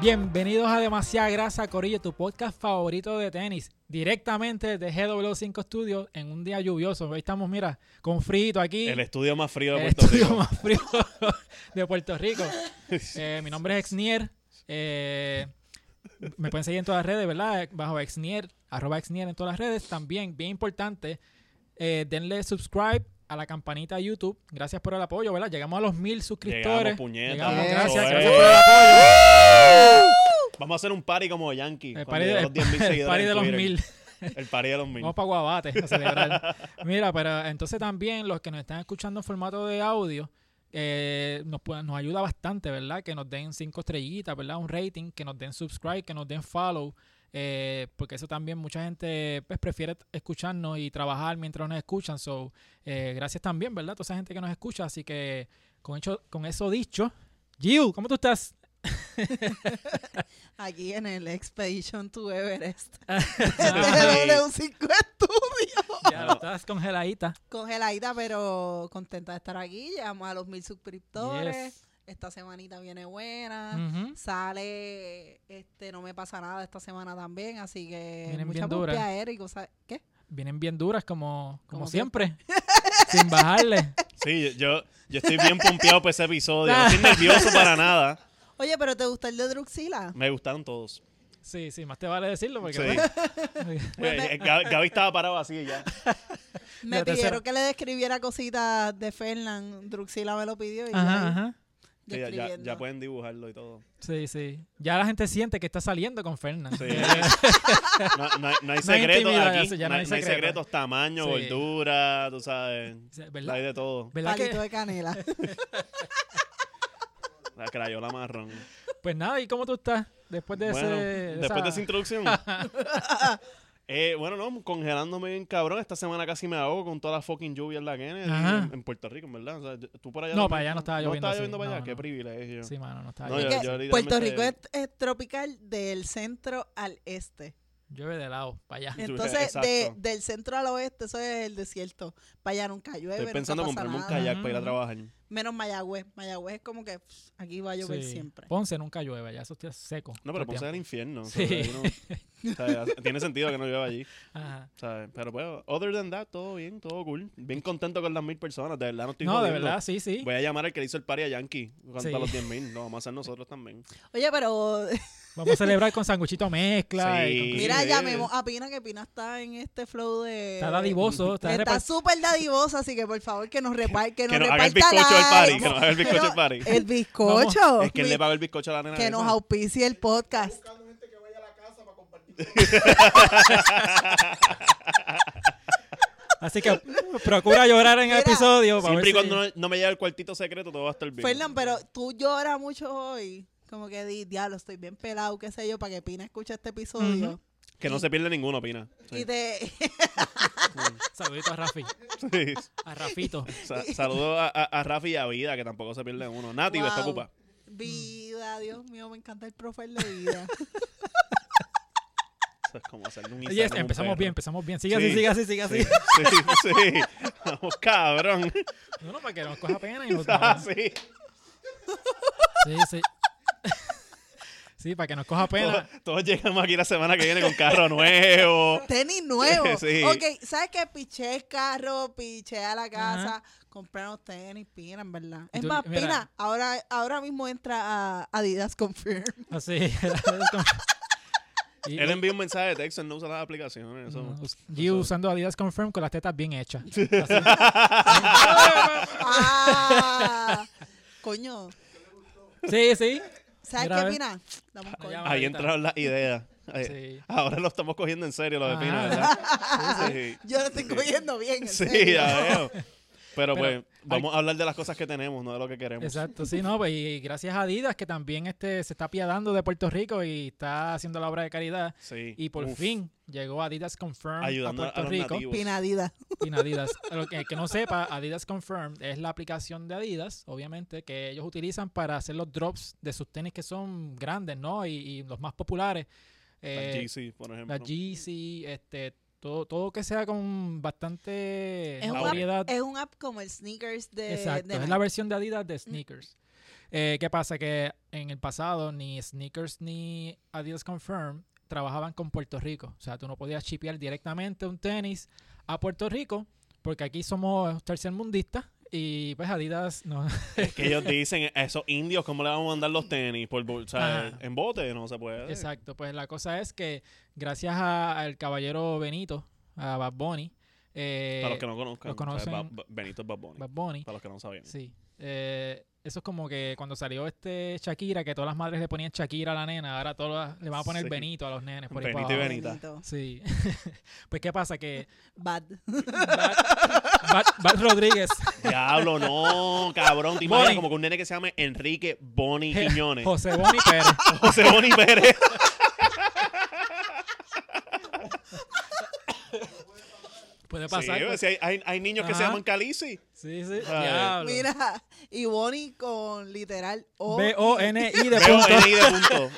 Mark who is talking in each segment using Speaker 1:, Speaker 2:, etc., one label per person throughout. Speaker 1: Bienvenidos a Demasiada Grasa, Corillo, tu podcast favorito de tenis, directamente de GW5 Studios en un día lluvioso. Hoy estamos, mira, con frito aquí.
Speaker 2: El estudio más frío de
Speaker 1: el
Speaker 2: Puerto
Speaker 1: estudio
Speaker 2: Rico.
Speaker 1: más frío de Puerto Rico. Eh, mi nombre es Exnier. eh, me pueden seguir en todas las redes, ¿verdad? Bajo Exnier, arroba Exnier en todas las redes. También, bien importante, eh, denle subscribe a la campanita de YouTube. Gracias por el apoyo, ¿verdad? Llegamos a los mil suscriptores.
Speaker 2: Llegamos, puñeta.
Speaker 1: Llegamos,
Speaker 2: Eso
Speaker 1: gracias,
Speaker 2: es.
Speaker 1: gracias por el apoyo.
Speaker 2: Vamos a hacer un party como Yankee.
Speaker 1: El
Speaker 2: cuando
Speaker 1: party,
Speaker 2: llegue a los 10.000
Speaker 1: el
Speaker 2: seguidores
Speaker 1: party
Speaker 2: en
Speaker 1: de los
Speaker 2: Twitter.
Speaker 1: mil.
Speaker 2: El party de los mil.
Speaker 1: Vamos para Guabate a celebrar. Mira, pero entonces también los que nos están escuchando en formato de audio, eh, nos, pueden- nos ayuda bastante, ¿verdad? Que nos den cinco estrellitas, ¿verdad? Un rating, que nos den subscribe, que nos den follow. eh, porque eso también mucha gente pues, prefiere escucharnos y trabajar mientras nos escuchan. So, eh, gracias también, ¿verdad? Toda esa gente que nos escucha. Así que con, hecho, con eso dicho, Giu, ¿cómo tú estás?
Speaker 3: Aquí en el Expedition to Everest. Este
Speaker 2: Sí.
Speaker 3: De un 5 estudio.
Speaker 1: Ya lo estás congeladita.
Speaker 3: Congeladita, pero contenta de estar aquí. Llegamos a los mil suscriptores.
Speaker 1: Yes. Mm.
Speaker 3: Esta semanita viene buena.
Speaker 1: Ujú.
Speaker 3: Sale, este, no me pasa nada esta semana también, así que
Speaker 1: Vienen
Speaker 3: mucha
Speaker 1: bien duras.
Speaker 3: pompeadera y cosas. ¿Qué?
Speaker 1: vienen bien duras como, como
Speaker 3: ¿Cómo qué?
Speaker 1: siempre. sin bajarle.
Speaker 2: Sí, yo, yo estoy bien pompeado por ese episodio. No estoy nervioso para nada.
Speaker 3: Oye, pero ¿te gusta el de Druxila?
Speaker 2: Me gustaron todos.
Speaker 1: Sí, sí, más te vale decirlo porque pues,
Speaker 2: Sí.
Speaker 1: bueno,
Speaker 2: Eh, eh, Gaby Gaby estaba parado así ya.
Speaker 3: Me
Speaker 1: La tercera.
Speaker 3: pidieron que le describiera cositas de Fernán. Druxila me lo pidió y yo ahí
Speaker 1: Ajá, ajá.
Speaker 2: Sí, ya- ya,
Speaker 3: describiendo.
Speaker 2: ya pueden dibujarlo y todo.
Speaker 1: Sí, sí. Ya la gente siente que está saliendo con Fernan.
Speaker 2: Sí.
Speaker 1: Eh,
Speaker 2: No, no hay, no hay
Speaker 1: No hay
Speaker 2: secretos
Speaker 1: intimidad,
Speaker 2: aquí.
Speaker 1: eso ya
Speaker 2: no, hay, no hay
Speaker 1: secreto.
Speaker 2: secretos, tamaño,
Speaker 1: Sí.
Speaker 2: gordura, tú sabes. Hay
Speaker 1: ¿Verdad?
Speaker 2: de todo.
Speaker 1: ¿Verdad que-
Speaker 3: Palito de canela.
Speaker 2: La crayola marrón.
Speaker 1: Pues nada, ¿y cómo tú estás después de
Speaker 2: Bueno,
Speaker 1: ese...
Speaker 2: después de esa
Speaker 1: esa-
Speaker 2: introducción. Eh, bueno, no, congelándome bien cabrón. Esta semana casi me ahogo con toda la fucking lluvia en la que
Speaker 1: Ajá.
Speaker 2: en, en Puerto Rico, en verdad. O sea, yo- tú por allá.
Speaker 1: No,
Speaker 2: también-
Speaker 1: para allá no estaba lloviendo, sí.
Speaker 2: No estaba lloviendo para
Speaker 1: No,
Speaker 2: allá. Qué
Speaker 1: no.
Speaker 2: privilegio.
Speaker 1: Sí, mano, no está
Speaker 2: No,
Speaker 1: bien.
Speaker 2: yo-
Speaker 3: Que
Speaker 2: yo literalmente-
Speaker 3: Puerto Rico es, es tropical del centro al este.
Speaker 1: Llueve de lado, para allá.
Speaker 2: Yo-
Speaker 3: Entonces, de-
Speaker 2: exacto.
Speaker 3: del centro al oeste, eso es el desierto. Para allá nunca llueve.
Speaker 2: Estoy
Speaker 3: nunca
Speaker 2: pensando
Speaker 3: pasa
Speaker 2: comprarme un
Speaker 3: nada.
Speaker 2: kayak
Speaker 1: Ajá.
Speaker 2: para ir a trabajar.
Speaker 3: Menos Mayagüez. Mayagüez es como que pff, aquí va a llover
Speaker 1: Sí.
Speaker 3: siempre.
Speaker 1: Ponce nunca llueve, ya eso está seco.
Speaker 2: No,
Speaker 1: todo el
Speaker 2: pero Ponce es el
Speaker 1: tiempo.
Speaker 2: infierno. o
Speaker 1: Sí.
Speaker 2: sea, ahí no- o sea, tiene sentido que no llueva allí.
Speaker 1: Ajá.
Speaker 2: ¿sabes? Pero bueno, other than that, todo bien, todo cool. Bien contento con las mil personas. De verdad, no estoy
Speaker 1: No, de
Speaker 2: jodiendo.
Speaker 1: verdad, sí, sí.
Speaker 2: Voy a llamar al que le hizo el party a Yankee. Cuando
Speaker 1: Sí.
Speaker 2: a los 10.000. No, vamos a hacer nosotros también.
Speaker 3: Oye, pero
Speaker 1: Vamos a celebrar con sanguchito mezcla. y con
Speaker 2: Sí.
Speaker 1: cosas-
Speaker 3: mira,
Speaker 2: debe.
Speaker 3: llamemos a Pina, que Pina está en este flow de...
Speaker 1: Está dadivoso, está,
Speaker 3: Está
Speaker 1: repart-
Speaker 3: súper dadivosa, así que por favor que nos reparte. Que,
Speaker 2: Que nos
Speaker 3: nos
Speaker 2: haga el
Speaker 3: reparta
Speaker 2: bizcocho al party.
Speaker 3: likes.
Speaker 2: Que nos haga el bizcocho al party.
Speaker 3: El bizcocho.
Speaker 2: Es que él le pagó el bizcocho a la nena.
Speaker 3: que nos
Speaker 2: esa.
Speaker 3: auspicie el podcast.
Speaker 1: Así que uh, procura llorar en el
Speaker 3: Mira,
Speaker 1: episodio. para
Speaker 2: Siempre y
Speaker 1: ver si-
Speaker 2: cuando no, no me llegue el cuartito secreto, todo va a estar bien.
Speaker 3: Fernán, pero tú lloras mucho hoy. Como que di, diablo, estoy bien pelado, qué sé yo, para que Pina escuche este episodio.
Speaker 2: Que no se pierde ninguno, opina.
Speaker 3: Y te.
Speaker 1: Saludito a Rafi. A Rafito.
Speaker 2: Saludos a, a, a Rafi y a Vida, que tampoco se pierde uno. Nati,
Speaker 3: Wow.
Speaker 2: te ocupa.
Speaker 3: Vida, Dios mío, me encanta el profil de vida.
Speaker 2: Eso es como hacerle un
Speaker 1: Yes,
Speaker 2: Instagram a un
Speaker 1: empezamos
Speaker 2: perro.
Speaker 1: bien, empezamos bien. Sigue
Speaker 2: Sí.
Speaker 1: así, sigue así, sigue así.
Speaker 2: Sí, sí, sí. Vamos, cabrón.
Speaker 1: No, no, para que nos coja pena y nos.
Speaker 2: Ah, sí.
Speaker 1: Sí, sí. Sí, para que nos coja
Speaker 2: Todos,
Speaker 1: pena.
Speaker 2: todos llegamos aquí la semana que viene con carro nuevo.
Speaker 3: Tenis nuevo.
Speaker 2: Sí.
Speaker 3: Ok, ¿sabes qué? Piché el carro, piché a la casa, compraron tenis, Pina, en verdad. Es
Speaker 1: Tú-
Speaker 3: más,
Speaker 1: mira.
Speaker 3: Pina, ahora, ahora mismo entra a Adidas Confirm.
Speaker 1: Oh, Así. Y-
Speaker 2: Él envía un mensaje de texto, él no usa las aplicaciones. Eso.
Speaker 1: no, Giu usando Adidas Confirm con las tetas bien hechas. Así.
Speaker 3: ah, coño.
Speaker 1: Sí, sí. Mira,
Speaker 3: ¿Sabes
Speaker 1: a
Speaker 3: qué,
Speaker 1: ver.
Speaker 3: Pina? Dame un
Speaker 1: No,
Speaker 3: coño.
Speaker 1: ya va.
Speaker 2: Ahí entraron las ideas. Ahí-
Speaker 1: Sí.
Speaker 2: Ahora lo estamos cogiendo en serio, lo de
Speaker 1: Ajá.
Speaker 2: Pina, ¿verdad? Sí.
Speaker 3: Yo lo estoy cogiendo bien. en
Speaker 2: Sí,
Speaker 3: serio.
Speaker 2: ya veo. Pero,
Speaker 1: Pero,
Speaker 2: pues, vamos a hablar de las cosas que tenemos, no de lo que queremos.
Speaker 1: Exacto, sí, no, pues, y gracias a Adidas que también este se está piadando de Puerto Rico y está haciendo la obra de caridad.
Speaker 2: Sí.
Speaker 1: Y por
Speaker 2: Uf,
Speaker 1: fin llegó Adidas Confirm
Speaker 2: Ayudando a-
Speaker 1: a
Speaker 2: a
Speaker 1: Puerto
Speaker 2: los
Speaker 1: Rico.
Speaker 2: nativos.
Speaker 3: Pina Adidas.
Speaker 1: Sin Adidas. Lo que, que no sepa, Adidas Confirm es la aplicación de Adidas, obviamente, que ellos utilizan para hacer los drops de sus tenis que son grandes, ¿no? Y, y los más populares.
Speaker 2: Las
Speaker 1: Eh,
Speaker 2: GC, por ejemplo.
Speaker 1: la Yeezy, este, todo, todo que sea con bastante
Speaker 3: Es un,
Speaker 2: una-
Speaker 1: variedad.
Speaker 3: app, es un app como el sneakers de.
Speaker 1: Exacto,
Speaker 3: de
Speaker 1: es
Speaker 3: Nike. Mm.
Speaker 1: la versión de Adidas de sneakers. Eh, ¿Qué pasa? Que en el pasado ni Sneakers ni Adidas Confirm trabajaban con Puerto Rico. O sea, tú no podías chipear directamente un tenis a Puerto Rico porque aquí somos tercermundistas y pues Adidas no.
Speaker 2: Es que ellos dicen, a esos indios, ¿cómo le vamos a mandar los tenis? Por, bol- o sea,
Speaker 1: Ajá.
Speaker 2: en bote, no se puede.
Speaker 1: Exacto, pues la cosa es que gracias a- al caballero Benito, a Bad Bunny, eh,
Speaker 2: Para los que no conozcan,
Speaker 1: lo conocen-
Speaker 2: o sea, Ba- Ba- Benito es Bad Bunny.
Speaker 1: Bad Bunny,
Speaker 2: Para los que no sabían.
Speaker 1: sí. eh, eso es como que cuando salió este Shakira, que todas las madres le ponían Shakira a la nena, ahora todas le van a poner
Speaker 2: Sí.
Speaker 1: Benito a los nenes por ahí
Speaker 2: Benito
Speaker 1: para
Speaker 2: y
Speaker 1: abajo.
Speaker 2: Benito. Benita.
Speaker 3: Benito.
Speaker 1: Sí. pues qué pasa que
Speaker 3: Bad.
Speaker 1: Bat, Bat- Bat Rodríguez,
Speaker 2: Diablo, no, cabrón. Te imaginas
Speaker 1: Bonnie.
Speaker 2: como que un nene que se llame Enrique Bonnie Quiñones.
Speaker 1: José Boni Pérez,
Speaker 2: José Bonnie Pérez.
Speaker 1: puede
Speaker 2: Sí,
Speaker 1: pasar. pues.
Speaker 2: si hay, hay- hay niños que se
Speaker 1: Ajá.
Speaker 2: llaman Calici.
Speaker 1: Sí, sí,
Speaker 2: Ay.
Speaker 1: diablo.
Speaker 3: Mira, y Bonnie con literal O.
Speaker 1: E. B-O-N-I de
Speaker 2: Veo
Speaker 1: punto.
Speaker 2: NI de punto.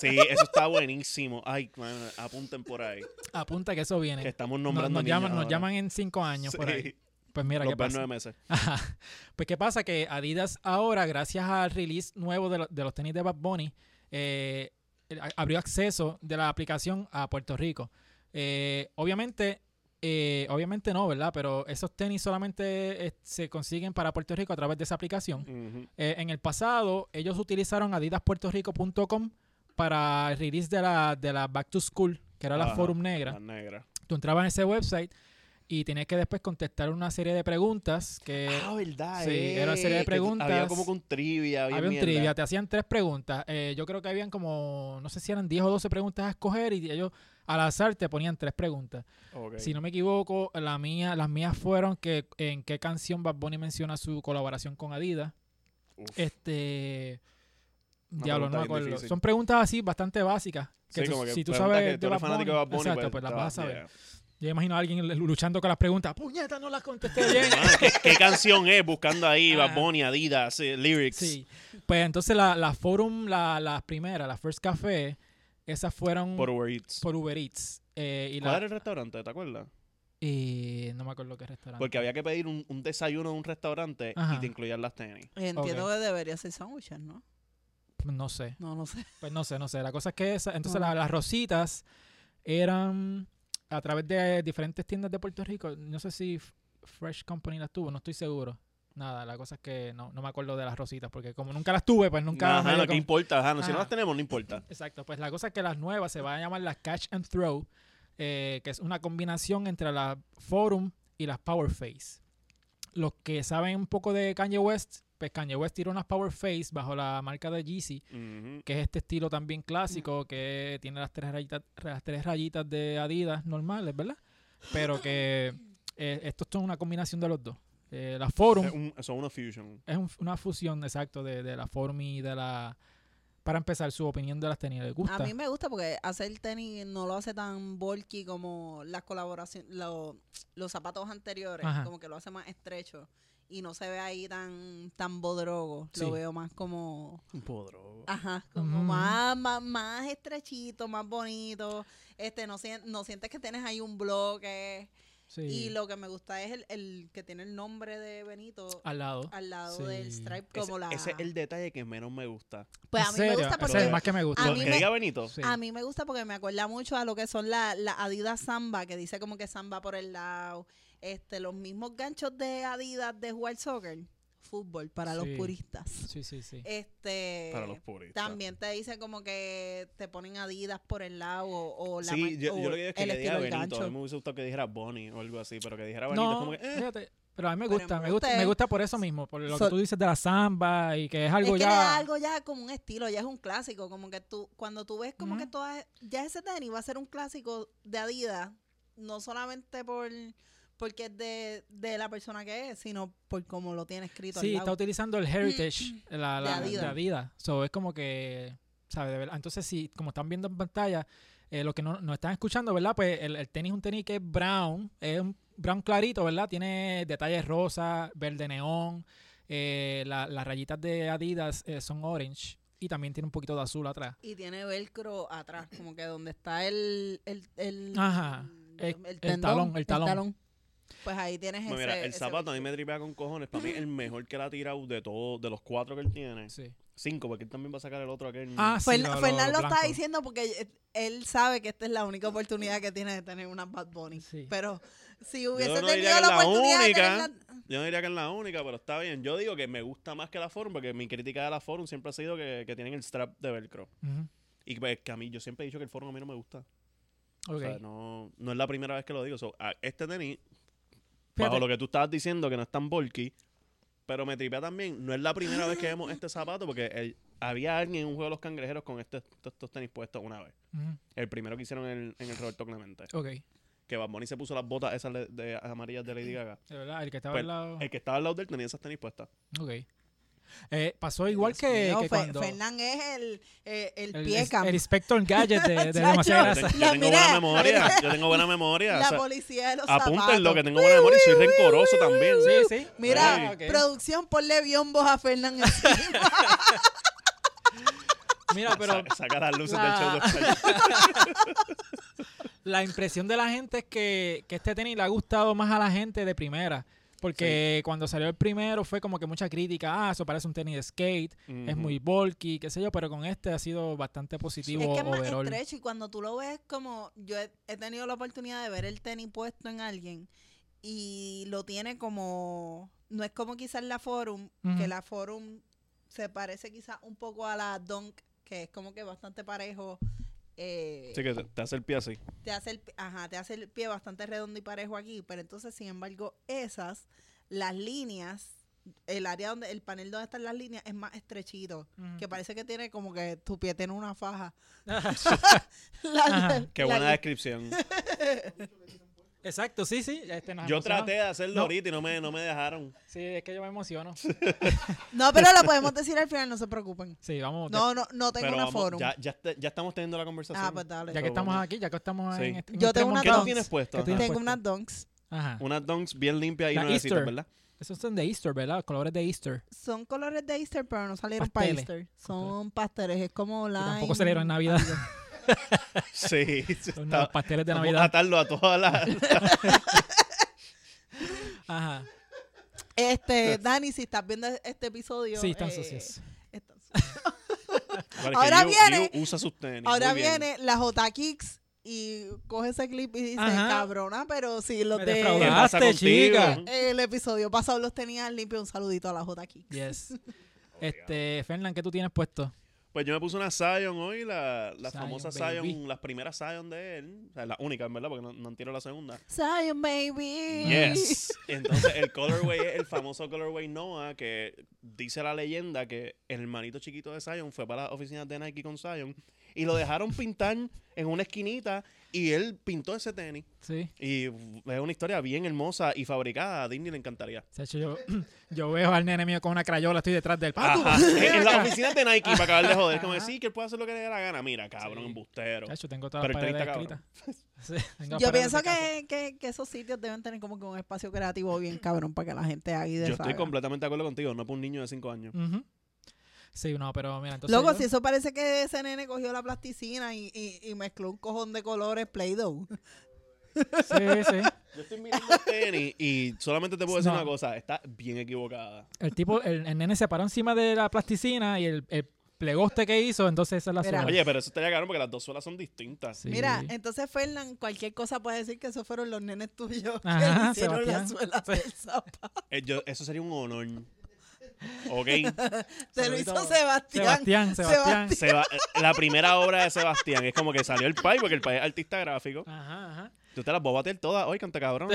Speaker 2: Sí, eso está buenísimo. Ay, man, apunten por ahí.
Speaker 1: Apunta que eso viene.
Speaker 2: Que estamos
Speaker 1: Nos-
Speaker 2: nombrando
Speaker 1: nos,
Speaker 2: niños
Speaker 1: llaman, nos
Speaker 2: ahora.
Speaker 1: llaman en cinco años
Speaker 2: Sí,
Speaker 1: por ahí. Pues mira,
Speaker 2: Los
Speaker 1: ¿qué
Speaker 2: ven
Speaker 1: pasa?
Speaker 2: nueve meses.
Speaker 1: Ajá. Pues qué pasa que Adidas ahora, gracias al release nuevo de, lo- de los tenis de Bad Bunny, eh, a- abrió acceso de la aplicación a Puerto Rico. Eh, obviamente, eh, obviamente no, ¿verdad? Pero esos tenis solamente eh, se consiguen para Puerto Rico a través de esa aplicación.
Speaker 2: Ujú.
Speaker 1: Eh, en el pasado, ellos utilizaron adidaspuertorico.com para el release de la, de la Back to School, que era la
Speaker 2: Ajá,
Speaker 1: Forum Negra.
Speaker 2: La negra.
Speaker 1: Tú entrabas en ese website y tenías que después contestar una serie de preguntas que...
Speaker 2: ah, verdad.
Speaker 1: Eh, sí, era una serie de
Speaker 2: eh, que tú- Había
Speaker 1: preguntas.
Speaker 2: como con trivia.
Speaker 1: Había un
Speaker 2: mierda.
Speaker 1: trivia, te hacían tres preguntas. Eh, yo creo que habían como, no sé si eran 10 o 12 preguntas a escoger y ellos al azar te ponían tres preguntas.
Speaker 2: Ok.
Speaker 1: Si no me equivoco, la mía, las mías fueron que en qué canción Bad Bunny menciona su colaboración con Adidas.
Speaker 2: Uf.
Speaker 1: Este...
Speaker 2: Una
Speaker 1: Diablo, no
Speaker 2: pregunta
Speaker 1: me
Speaker 2: bien
Speaker 1: acuerdo.
Speaker 2: difícil.
Speaker 1: Son preguntas así bastante básicas. Que
Speaker 2: Sí,
Speaker 1: tú-
Speaker 2: como que
Speaker 1: si tú
Speaker 2: preguntas
Speaker 1: sabes
Speaker 2: que tú
Speaker 1: de
Speaker 2: eres
Speaker 1: Bad
Speaker 2: fanático de Bad Bunny,
Speaker 1: exacto, pues las
Speaker 2: está-
Speaker 1: vas a saber.
Speaker 2: yeah.
Speaker 1: Yo imagino a alguien luchando con las preguntas. ¡Puñeta, no las contesté bien!
Speaker 2: Mano, ¿qué, qué canción es? Buscando ahí, Bad
Speaker 1: Ah.
Speaker 2: Bunny, Adidas, eh, lyrics.
Speaker 1: Sí. Pues entonces la, la forum, la, las primeras, la First Café, esas fueron
Speaker 2: Por
Speaker 1: por,
Speaker 2: Uber Eats.
Speaker 1: Uber Eats. Eh, y
Speaker 2: ¿Cuál
Speaker 1: la-
Speaker 2: era el restaurante? ¿Te acuerdas?
Speaker 1: y no me acuerdo qué restaurante.
Speaker 2: Porque había que pedir un, un desayuno en un restaurante
Speaker 1: Ah. Ajá.
Speaker 2: y te incluían las tenis.
Speaker 3: Entiendo que debería ser sándwiches, ¿no?
Speaker 1: No sé.
Speaker 3: No, no sé.
Speaker 1: Pues no sé, no sé. La cosa es que esa, entonces
Speaker 3: Ajá.
Speaker 1: la- las rositas eran a través de diferentes tiendas de Puerto Rico. No sé si F- Fresh Company las tuvo, no estoy seguro. Nada, la cosa es que no, no me acuerdo de las rositas, porque como nunca las tuve, pues nunca... me
Speaker 2: Ajá,
Speaker 1: dio
Speaker 2: no, ¿qué
Speaker 1: con-
Speaker 2: importa? Ajá, no, si no
Speaker 1: Ajá.
Speaker 2: las tenemos, no importa.
Speaker 1: Exacto, pues la cosa es que las nuevas se van a llamar las Catch and Throw, eh, que es una combinación entre la Forum y las Power Face. Los que saben un poco de Kanye West, pues Kanye West tiró unas Power Face bajo la marca de Yeezy,
Speaker 2: Ujú.
Speaker 1: que es este estilo también clásico que tiene las tres rayitas, las tres rayitas de Adidas normales, ¿verdad? Pero que eh, estos son una combinación de los dos. Eh, la Forum
Speaker 2: Es un- Son una fusion.
Speaker 1: es un- una fusión, exacto, de, de la Forum y de la... Para empezar, su opinión de las tenis, ¿les gusta?
Speaker 3: A mí me gusta porque hacer tenis no lo hace tan bulky como las colaboraciones, los zapatos anteriores,
Speaker 1: Ajá.
Speaker 3: como que lo hace más estrecho y no se ve ahí tan tan bodrogo.
Speaker 1: Sí. Mm.
Speaker 3: Lo veo más como
Speaker 2: Un podro.
Speaker 3: Ajá, como
Speaker 1: Ujú.
Speaker 3: más, más, más estrechito, más bonito. Este, no, sien- no sientes que tienes ahí un bloque.
Speaker 1: Sí.
Speaker 3: Y lo que me gusta es el, el que tiene el nombre de Benito
Speaker 1: al lado.
Speaker 3: al lado
Speaker 1: Ah, sí.
Speaker 3: del stripe,
Speaker 2: Ese,
Speaker 3: como la.
Speaker 2: ese es el detalle que menos me gusta.
Speaker 3: Pues
Speaker 1: ¿En
Speaker 3: a mí
Speaker 1: serio?
Speaker 3: me gusta
Speaker 1: Ese
Speaker 3: porque.
Speaker 1: es el más que me gusta.
Speaker 3: a
Speaker 2: Lo
Speaker 3: mí
Speaker 2: que
Speaker 3: me-
Speaker 2: diga Benito.
Speaker 1: Sí.
Speaker 3: A mí me gusta porque me acuerda mucho a lo que son las la Adidas Samba, que dice como que Samba por el lado. Este, los mismos ganchos de Adidas de jugar soccer. Fútbol para los
Speaker 1: Sí.
Speaker 3: puristas.
Speaker 1: Sí, sí, sí.
Speaker 3: Este.
Speaker 2: Para los puristas.
Speaker 3: También te dice como que te ponen Adidas por el lado o, o la
Speaker 2: Sí,
Speaker 3: man-
Speaker 2: yo,
Speaker 3: o
Speaker 2: yo lo que digo es que
Speaker 3: el
Speaker 2: le
Speaker 3: estilo
Speaker 2: diga
Speaker 3: del
Speaker 2: Benito. A
Speaker 3: gancho.
Speaker 2: mí me hubiese gustado que dijera Bonnie o algo así, pero que dijera Benito es
Speaker 1: No,
Speaker 2: como que. eh,
Speaker 1: fíjate, pero a mí me
Speaker 3: Pero
Speaker 1: gusta,
Speaker 3: me
Speaker 1: me gusta, me
Speaker 3: gusta.
Speaker 1: gusta por eso mismo, por lo
Speaker 3: So-
Speaker 1: que tú dices de la samba y que es algo
Speaker 3: es que le da
Speaker 1: ya.
Speaker 3: algo ya como un estilo, ya es un clásico, como que tú cuando tú ves como que
Speaker 1: Ujú.
Speaker 3: todas ya ese tenis va a ser un clásico de Adidas, no solamente por porque es de, de la persona que es, sino por cómo lo tiene escrito al
Speaker 1: sí,
Speaker 3: lado. Mm,
Speaker 1: está utilizando el heritage, la, la- de
Speaker 3: De
Speaker 1: Adidas.
Speaker 3: Adidas.
Speaker 1: So, es como que, ¿sabes? De verdad. Entonces, si, como están viendo en pantalla, eh, lo que no, no están escuchando, ¿verdad? Pues el, el tenis es un tenis que es brown, es un brown clarito, ¿verdad? Tiene detalles rosa, verde neón, eh, la- las rayitas de Adidas eh, son orange y también tiene un poquito de azul atrás.
Speaker 3: Y tiene velcro atrás, como que donde está el el el,
Speaker 1: Ajá,
Speaker 3: el,
Speaker 1: el- el
Speaker 3: tendón,
Speaker 1: talón, el talón.
Speaker 3: Pues ahí tienes
Speaker 2: Bueno,
Speaker 3: ese.
Speaker 2: mira, el
Speaker 3: ese
Speaker 2: zapato a mí me tripea con cojones. Para mí, el mejor que la ha tirado de todos, de los cuatro que él tiene.
Speaker 1: Sí.
Speaker 2: Cinco, porque él también va a sacar el otro aquel.
Speaker 1: Ah, sí.
Speaker 3: Fernan-
Speaker 1: lo- lo
Speaker 3: Fernan lo, está
Speaker 1: blanco.
Speaker 3: diciendo porque eh, él sabe que esta es la única oportunidad que tiene de tener una Bad Bunny.
Speaker 1: Sí.
Speaker 3: Pero si
Speaker 2: no
Speaker 3: hubiese
Speaker 2: diría
Speaker 3: tenido
Speaker 2: que
Speaker 3: la
Speaker 2: es la
Speaker 3: oportunidad de tener
Speaker 2: única.
Speaker 3: la-
Speaker 2: Yo no diría que es la única, pero está bien. Yo digo que me gusta más que la Forum, porque mi crítica de la Forum siempre ha sido que, que tienen el strap de velcro.
Speaker 1: Ujú.
Speaker 2: Y pues, que a mí, yo siempre he dicho que el Forum a mí no me gusta.
Speaker 1: Ok.
Speaker 2: O sea, no, no es la primera vez que lo digo. So, a- este tenis,
Speaker 1: Fíjate,
Speaker 2: bajo lo que tú estabas diciendo, que no es tan bulky, pero me tripea también. No es la primera vez que vemos este zapato, porque el- había alguien en un juego de los cangrejeros con este- estos, estos tenis puestos una vez.
Speaker 1: ujú.
Speaker 2: El primero que hicieron en el, en el Roberto Clemente.
Speaker 1: Ok.
Speaker 2: Que Bad Bunny se puso las botas esas le- de, amarillas de Lady Gaga.
Speaker 1: De verdad, el que estaba
Speaker 2: Pues,
Speaker 1: al lado.
Speaker 2: El que estaba al lado del tenía esas tenis puestas.
Speaker 1: Ok. Eh, pasó igual
Speaker 3: Dios
Speaker 1: que,
Speaker 3: mío,
Speaker 1: que
Speaker 3: Fer-
Speaker 1: cuando.
Speaker 3: Fernán es el, eh, el,
Speaker 1: el,
Speaker 3: piecam.
Speaker 1: el Inspector Gadget de, de demasiada
Speaker 2: Yo,
Speaker 1: grasa.
Speaker 2: te- yo
Speaker 3: La
Speaker 2: tengo
Speaker 3: miré.
Speaker 2: buena memoria. Yo tengo buena memoria.
Speaker 3: la
Speaker 2: o sea,
Speaker 3: policía de los
Speaker 2: apúntenlo,
Speaker 3: zapatos.
Speaker 2: que tengo buena memoria y soy rencoroso también.
Speaker 1: Sí, sí.
Speaker 3: Mira,
Speaker 1: Ah, ok.
Speaker 3: producción, ponle biombos a Fernán.
Speaker 1: Mira, pero
Speaker 2: Sa- saca las luces
Speaker 1: La-
Speaker 2: del show de Fernando.
Speaker 1: la impresión de la gente es que, que este tenis le ha gustado más a la gente de primera. Porque cuando salió el primero fue como que mucha crítica. Ah, eso parece un tenis de skate. Es
Speaker 2: Ujú.
Speaker 1: muy bulky, qué sé yo. Pero con este ha sido bastante positivo
Speaker 3: Es que es más
Speaker 1: overall.
Speaker 3: estrecho y cuando tú lo ves como yo he, he tenido la oportunidad de ver el tenis puesto en alguien y lo tiene como no es como quizás la forum
Speaker 1: Ujú.
Speaker 3: que la forum se parece quizás un poco a la donk que es como que bastante parejo eh,
Speaker 2: Sí, que te- te hace el pie así.
Speaker 3: te hace el, pi- ajá, te hace el pie bastante redondo y parejo aquí, pero entonces, sin embargo, esas, las líneas, el área donde, el panel donde están las líneas es más estrechito,
Speaker 1: Ujú.
Speaker 3: que parece que tiene como que tu pie tiene una faja.
Speaker 1: Ajá.
Speaker 2: Qué buena descripción.
Speaker 1: Exacto, sí, sí. este, nos
Speaker 2: Yo
Speaker 1: emocionó.
Speaker 2: traté de hacerlo
Speaker 1: No.
Speaker 2: ahorita y no me, no me dejaron.
Speaker 1: Sí, es que yo me emociono.
Speaker 3: No, pero lo podemos decir al final, no se preocupen.
Speaker 1: Sí, vamos. ya-
Speaker 3: No, no, no tengo
Speaker 2: Pero
Speaker 3: una
Speaker 2: vamos,
Speaker 3: forum.
Speaker 2: Ya, ya, está- ya estamos teniendo la conversación.
Speaker 3: ah, pues dale.
Speaker 1: ya que
Speaker 2: pero
Speaker 1: estamos
Speaker 2: vamos.
Speaker 1: aquí, ya que estamos
Speaker 2: Sí.
Speaker 1: en este. en
Speaker 3: Yo
Speaker 1: este
Speaker 3: tengo una
Speaker 1: momento-
Speaker 2: ¿Qué tú
Speaker 3: Dunks.
Speaker 2: tienes puesto?
Speaker 1: ¿Qué
Speaker 2: Ajá.
Speaker 1: tienes?
Speaker 3: Tengo unas donks.
Speaker 1: Ajá.
Speaker 2: Unas donks bien limpias y
Speaker 1: La
Speaker 2: no necesitas,
Speaker 1: Easter.
Speaker 2: ¿verdad?
Speaker 1: Esos son de Easter, ¿verdad? Colores de Easter.
Speaker 3: Son colores de Easter, pero no salieron para
Speaker 1: Pasteles.
Speaker 3: Easter. Son pasteles, es como
Speaker 1: Que
Speaker 3: la.
Speaker 1: tampoco salieron en Navidad.
Speaker 2: Sí.
Speaker 1: Los
Speaker 2: está-
Speaker 1: nuevos pasteles de
Speaker 2: vamos a
Speaker 1: Navidad.
Speaker 2: atarlo a todas las...
Speaker 1: Ajá.
Speaker 3: Este, Dani, si estás viendo este episodio.
Speaker 1: Sí, están
Speaker 3: eh,
Speaker 1: sucios.
Speaker 3: están sucios.
Speaker 2: Bueno, es que
Speaker 3: Ahora
Speaker 2: Yu-
Speaker 3: viene-
Speaker 2: Yu usa sus tenis.
Speaker 3: Ahora
Speaker 2: muy bien.
Speaker 3: viene la J Kicks y coge ese clip y dice,
Speaker 1: Ajá.
Speaker 3: cabrona, pero si los
Speaker 1: Me
Speaker 2: ¿Qué
Speaker 1: defraudaste.
Speaker 3: de
Speaker 2: pasa
Speaker 1: Hazte,
Speaker 2: contigo?
Speaker 1: chica.
Speaker 3: el episodio pasado los tenía limpio, un saludito a la J Kicks.
Speaker 1: Yes. Este, Fernán, ¿qué tú tienes puesto?
Speaker 2: Pues yo me puse una Zion hoy, la, la
Speaker 1: Zion,
Speaker 2: famosa
Speaker 1: baby.
Speaker 2: Zion, las primeras Zion de él. O sea, la única, en verdad, porque no, no han tirado la segunda.
Speaker 3: Zion baby.
Speaker 2: Yes. Entonces, el colorway es el famoso colorway Noah que dice la leyenda que el hermanito chiquito de Zion fue para las oficinas de Nike con Zion y lo dejaron pintar en una esquinita y él pintó ese tenis.
Speaker 1: Sí.
Speaker 2: Y es una historia bien hermosa y fabricada. A Disney le encantaría.
Speaker 1: Se ha hecho yo, yo veo al nene mío con una crayola, estoy detrás del pato.
Speaker 2: Ajá. En en las oficinas de Nike, para acabar de joder, como decir que él puede hacer lo que le dé la gana. Mira, cabrón,
Speaker 1: Sí.
Speaker 2: embustero.
Speaker 1: De hecho, tengo todas las
Speaker 2: Pero el
Speaker 1: paredes
Speaker 2: tenista,
Speaker 1: escritas. Sí, tengo las
Speaker 3: Yo
Speaker 1: paredes
Speaker 3: pienso
Speaker 1: de casa.
Speaker 3: que, que- que esos sitios deben tener como que un espacio creativo bien cabrón para que la gente haga y
Speaker 2: Yo estoy
Speaker 3: deshaga.
Speaker 2: completamente de acuerdo contigo, no para un niño de 5 años.
Speaker 1: Ujú. Sí, no, pero mira, entonces...
Speaker 3: Loco,
Speaker 1: yo-
Speaker 3: si eso parece que ese nene cogió la plasticina y, y- y mezcló un cojón de colores Play-Doh.
Speaker 1: Sí, sí.
Speaker 2: Yo estoy mirando el tenis y solamente te puedo decir
Speaker 1: No.
Speaker 2: una cosa, está bien equivocada.
Speaker 1: El tipo, el, el nene se paró encima de la plasticina y el, el plegoste que hizo, entonces esa es la
Speaker 3: Mira.
Speaker 1: suela.
Speaker 2: Oye, pero eso estaría cabrón porque las dos suelas son distintas.
Speaker 1: Sí.
Speaker 3: Mira, entonces Fernán, cualquier cosa puede decir que esos fueron los nenes tuyos que
Speaker 1: Ajá,
Speaker 3: le hicieron
Speaker 1: Sebastián.
Speaker 3: las suelas del zapato.
Speaker 2: Eh, yo- eso sería un honor. Ok.
Speaker 3: Te lo
Speaker 1: Saludito
Speaker 3: hizo
Speaker 1: a
Speaker 3: Sebastián.
Speaker 1: Sebastián, Sebastián.
Speaker 2: Seba- eh, la primera obra de Sebastián es como que salió el pai porque el pai es artista gráfico.
Speaker 1: Ajá, ajá.
Speaker 2: Tú te las vas a bater todas hoy, canta cabrón.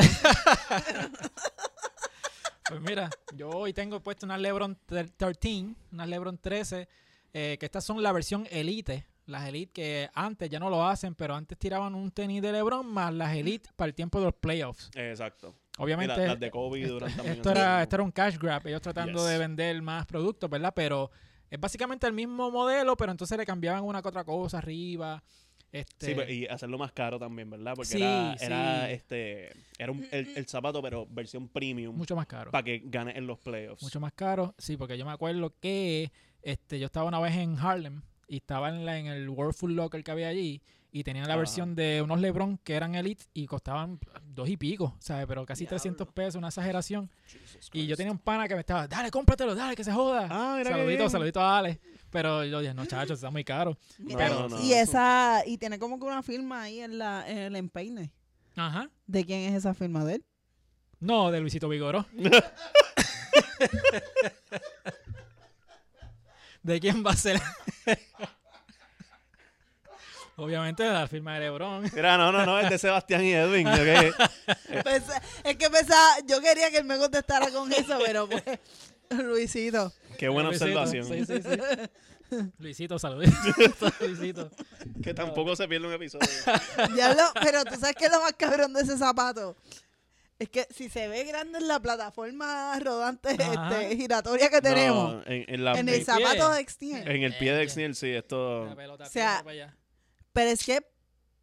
Speaker 1: Pues mira, yo hoy tengo puesto unas Lebron ter- 13, unas Lebron 13, eh, que estas son la versión Elite. Las Elite que antes ya no lo hacen, pero antes tiraban un tenis de Lebron más las Elite para el tiempo de los playoffs.
Speaker 2: Exacto. Y la-
Speaker 1: Obviamente,
Speaker 2: las de Kobe durante también.
Speaker 1: esto,
Speaker 2: así
Speaker 1: era,
Speaker 2: mismo.
Speaker 1: esto era un cash grab, ellos tratando
Speaker 2: Yes.
Speaker 1: de vender más productos, ¿verdad? Pero es básicamente el mismo modelo, pero entonces le cambiaban una que otra cosa arriba. Este,
Speaker 2: Sí, pero- y hacerlo más caro también, ¿verdad? Porque
Speaker 1: Sí,
Speaker 2: era,
Speaker 1: sí.
Speaker 2: era, este era un- el, el zapato pero versión premium
Speaker 1: mucho más caro.
Speaker 2: para que ganes en los playoffs.
Speaker 1: pues, Mucho más caro, sí, porque yo me acuerdo que este, yo estaba una vez en Harlem y estaba en, la, en el World Food Locker que había allí y tenían la
Speaker 2: Ajá.
Speaker 1: versión de unos Lebron que eran Elite y costaban dos y pico, ¿sabes? Pero casi 300
Speaker 2: Diablo.
Speaker 1: pesos, una exageración.
Speaker 2: Jesus
Speaker 1: Y yo
Speaker 2: Christ.
Speaker 1: tenía un pana que me estaba, dale, cómpratelo, dale, que se joda.
Speaker 2: Ah, mira qué
Speaker 1: saludito,
Speaker 2: bien.
Speaker 1: saludito a Ale. Pero yo dije, no, chacho, está muy caro.
Speaker 3: Mira,
Speaker 1: Pero-
Speaker 2: no,
Speaker 3: y
Speaker 2: no.
Speaker 3: esa, y tiene como que una firma ahí en la, en el empeine.
Speaker 1: Ajá.
Speaker 3: ¿De quién es esa firma de él?
Speaker 1: No, de Luisito Vigoró. ¿De quién va a ser? Obviamente de la firma de Lebron.
Speaker 2: Mira, no, no, no, es de Sebastián y Edwin. ¿ok?
Speaker 3: Pensé- es que pensaba, yo quería que él me contestara con eso, pero pues, Luisito.
Speaker 2: Qué buena
Speaker 1: Luisito, sí,
Speaker 2: observación.
Speaker 1: sí, sí. Luisito, saludos. Luisito.
Speaker 2: Que tampoco se pierde un episodio.
Speaker 3: Ya lo- pero tú sabes que lo más cabrón de ese zapato. Es que si se ve grande en la plataforma rodante
Speaker 1: Ajá.
Speaker 3: este, giratoria que tenemos,
Speaker 2: No, Eh. en, en la-
Speaker 3: en
Speaker 2: en-
Speaker 3: el
Speaker 1: pie.
Speaker 3: zapato de Extier.
Speaker 2: en el pie de Exniel, sí, esto.
Speaker 1: La pelota
Speaker 3: O sea,
Speaker 1: piedra para allá.
Speaker 3: Pero es que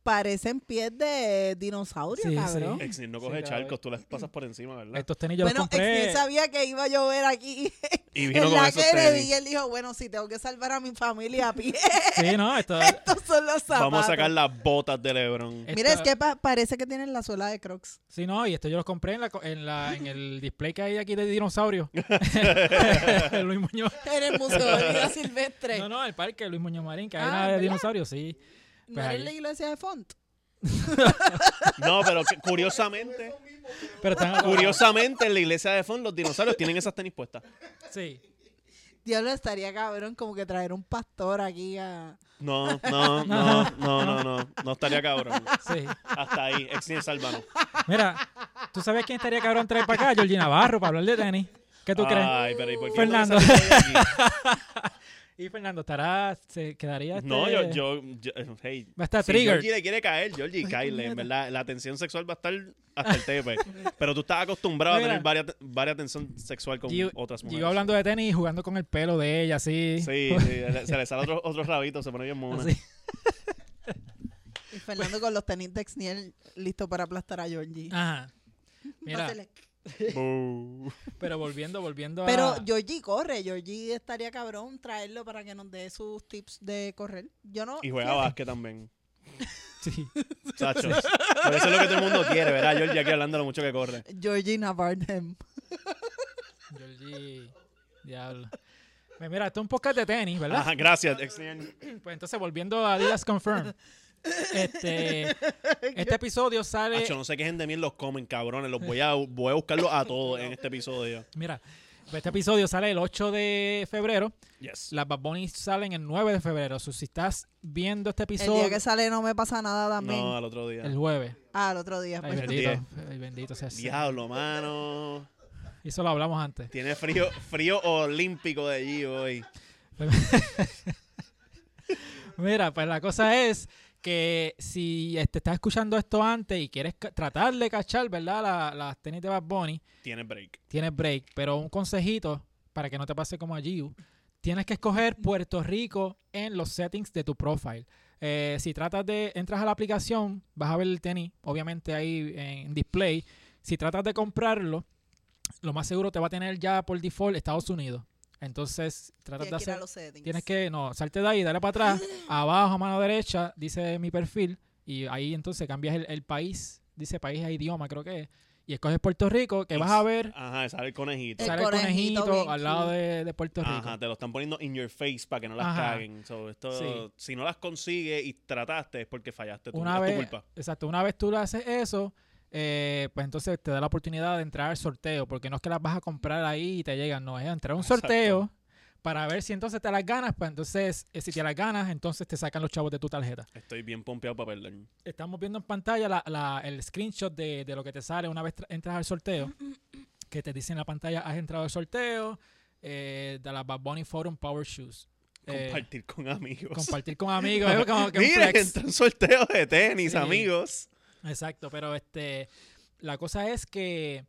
Speaker 3: parecen pies de dinosaurio,
Speaker 1: Sí,
Speaker 3: cabrón.
Speaker 1: sí.
Speaker 2: Exniel no
Speaker 1: Sí,
Speaker 2: coge
Speaker 1: cada vez.
Speaker 2: charcos, tú las pasas por encima, ¿verdad?
Speaker 1: Estos tenis yo los
Speaker 3: Bueno,
Speaker 1: compré.
Speaker 3: Extier sabía que iba a llover aquí
Speaker 2: y vino
Speaker 3: en
Speaker 2: con
Speaker 3: la
Speaker 2: esos
Speaker 3: Kennedy
Speaker 2: tenis.
Speaker 3: y él dijo, bueno, si tengo que salvar a mi familia a pie,
Speaker 1: Sí, no, esto-
Speaker 3: estos son los zapatos.
Speaker 2: Ah, Vamos a sacar las botas de Lebron.
Speaker 1: esto-
Speaker 3: Mira, es que pa- parece que tienen la suela de Crocs.
Speaker 1: Sí, no, y esto yo los compré en, la, co- en, la, en el display que hay aquí de dinosaurio. Luis Muñoz.
Speaker 3: En el Museo de Vida Silvestre.
Speaker 1: No,
Speaker 3: No,
Speaker 1: no, el parque Luis Muñoz Marín, que hay
Speaker 3: Ah,
Speaker 1: una de
Speaker 3: ¿verdad?
Speaker 1: dinosaurios, sí. pues
Speaker 3: era
Speaker 1: ahí.
Speaker 3: en la iglesia de Font.
Speaker 2: No, pero que- curiosamente,
Speaker 1: Pero están
Speaker 2: curiosamente en la iglesia de Fon los dinosaurios tienen esas tenis puestas.
Speaker 1: Sí.
Speaker 3: Diablo, estaría cabrón como que traer un pastor aquí a...
Speaker 2: No, no, no, no, no, no. No estaría cabrón.
Speaker 1: Sí.
Speaker 2: Hasta ahí, Exniel Salvano.
Speaker 1: Mira, ¿tú sabes quién estaría cabrón traer para acá? Georgie Navarro, para hablar de tenis. ¿Qué tú crees?
Speaker 2: Ay, pero ¿y por qué
Speaker 1: Fernando.
Speaker 2: no me salió de aquí?
Speaker 1: Y Fernando, ¿estará, se quedaría este-
Speaker 2: No, yo, yo, yo- hey.
Speaker 1: Va a estar
Speaker 2: si
Speaker 1: triggered.
Speaker 2: Georgie le quiere caer, Georgie, caerle, en verdad. La tensión sexual va a estar hasta el tepe. Pero tú estás acostumbrado
Speaker 1: Mira.
Speaker 2: a tener varias, varias tensión sexual con
Speaker 1: Yo-
Speaker 2: otras mujeres.
Speaker 1: Llegó hablando de tenis y jugando con el pelo de ella, así.
Speaker 2: Sí, sí, se le sale otro, otro rabito, se pone bien mona.
Speaker 1: Así.
Speaker 3: Y Fernando con los tenis de Exniel listo para aplastar a Georgie.
Speaker 1: Ajá. Ah, Mira,
Speaker 3: Pásale.
Speaker 2: Bu.
Speaker 1: pero volviendo, volviendo
Speaker 3: Pero
Speaker 1: a...
Speaker 3: Georgie corre. Georgie estaría cabrón traerlo para que nos dé sus tips de correr. Yo no...
Speaker 2: Y juega
Speaker 3: fíjate,
Speaker 2: básquet también.
Speaker 1: Sí.
Speaker 2: Chacho. Pero eso es lo que todo el mundo quiere, ¿verdad? Georgie aquí hablando lo mucho que corre.
Speaker 3: Georgie Navarnem.
Speaker 1: Georgie, diablo. Pues Mira, esto es un podcast de tenis, ¿verdad?
Speaker 2: Ajá, gracias, Exniel.
Speaker 1: Pues entonces, volviendo a Adidas Confirm. Este, este episodio sale...
Speaker 2: Chacho, no sé qué gente de mí en los comen, cabrones. Los voy a, voy a buscarlos a todos en este episodio.
Speaker 1: Mira, pues este episodio sale el 8 de febrero.
Speaker 2: Yes.
Speaker 1: Las Bad Bunny salen el 9 de febrero. So, si estás viendo este
Speaker 3: El
Speaker 1: episodio
Speaker 3: día que sale no me pasa nada también.
Speaker 2: No, al otro día.
Speaker 1: el jueves.
Speaker 3: Ah, el otro día.
Speaker 1: Ay,
Speaker 3: pues.
Speaker 1: bendito. Ay, bendito sea.
Speaker 2: Diablo, mano.
Speaker 1: Eso lo hablamos antes.
Speaker 2: Tiene frío, frío olímpico de allí hoy.
Speaker 1: Mira, pues la cosa es que si te estás escuchando esto antes y quieres ca- tratar de cachar, ¿verdad? La- las tenis de Bad Bunny,
Speaker 2: Tiene break.
Speaker 1: tienes break. Pero un consejito para que no te pase como a Giu. Tienes que escoger Puerto Rico en los settings de tu profile. Eh, si tratas de, entras a la aplicación, vas a ver el tenis, obviamente ahí en display. Si tratas de comprarlo, lo más seguro te va a tener ya por default Estados Unidos. Entonces, tratas de
Speaker 3: Tienes que ir a
Speaker 1: hacer...
Speaker 3: los settings.
Speaker 1: Tienes que, no, salte de ahí, dale para atrás, abajo, mano derecha, dice mi perfil, y ahí entonces cambias el, el país, dice país e idioma, creo que es, y escoges Puerto Rico, que vas a ver,
Speaker 2: Ajá, sale el conejito.
Speaker 3: Eh, El
Speaker 1: sale el
Speaker 3: conejito,
Speaker 1: conejito
Speaker 3: bien
Speaker 1: al lado
Speaker 3: cute.
Speaker 1: de, de Puerto Rico.
Speaker 2: Ajá, te lo están poniendo in your face para que no las
Speaker 1: Ajá.
Speaker 2: caguen. So, esto,
Speaker 1: Sí.
Speaker 2: Si no las consigues y trataste es porque fallaste tú.
Speaker 1: una
Speaker 2: es
Speaker 1: vez,
Speaker 2: tu culpa.
Speaker 1: exacto, una vez tú le haces eso, eh, pues entonces te da la oportunidad de entrar al sorteo, porque no es que las vas a comprar ahí y te llegan, no, es entrar a un
Speaker 2: Exacto.
Speaker 1: sorteo para ver si entonces te las ganas, pues entonces, eh, si te las ganas, entonces te sacan los chavos de tu tarjeta.
Speaker 2: Estoy bien pompeado para perder.
Speaker 1: Eh, estamos viendo en pantalla la- la- el screenshot de, de lo que te sale una vez tra- entras al sorteo. Que te dice en la pantalla, has entrado al sorteo eh, de la Bad Bunny Forum Power Shoes. Eh,
Speaker 2: Compartir con amigos.
Speaker 1: compartir con amigos. es como que un
Speaker 2: Miren,
Speaker 1: flex.
Speaker 2: entró un sorteo de tenis,
Speaker 1: Sí.
Speaker 2: amigos.
Speaker 1: Exacto, pero este la cosa es que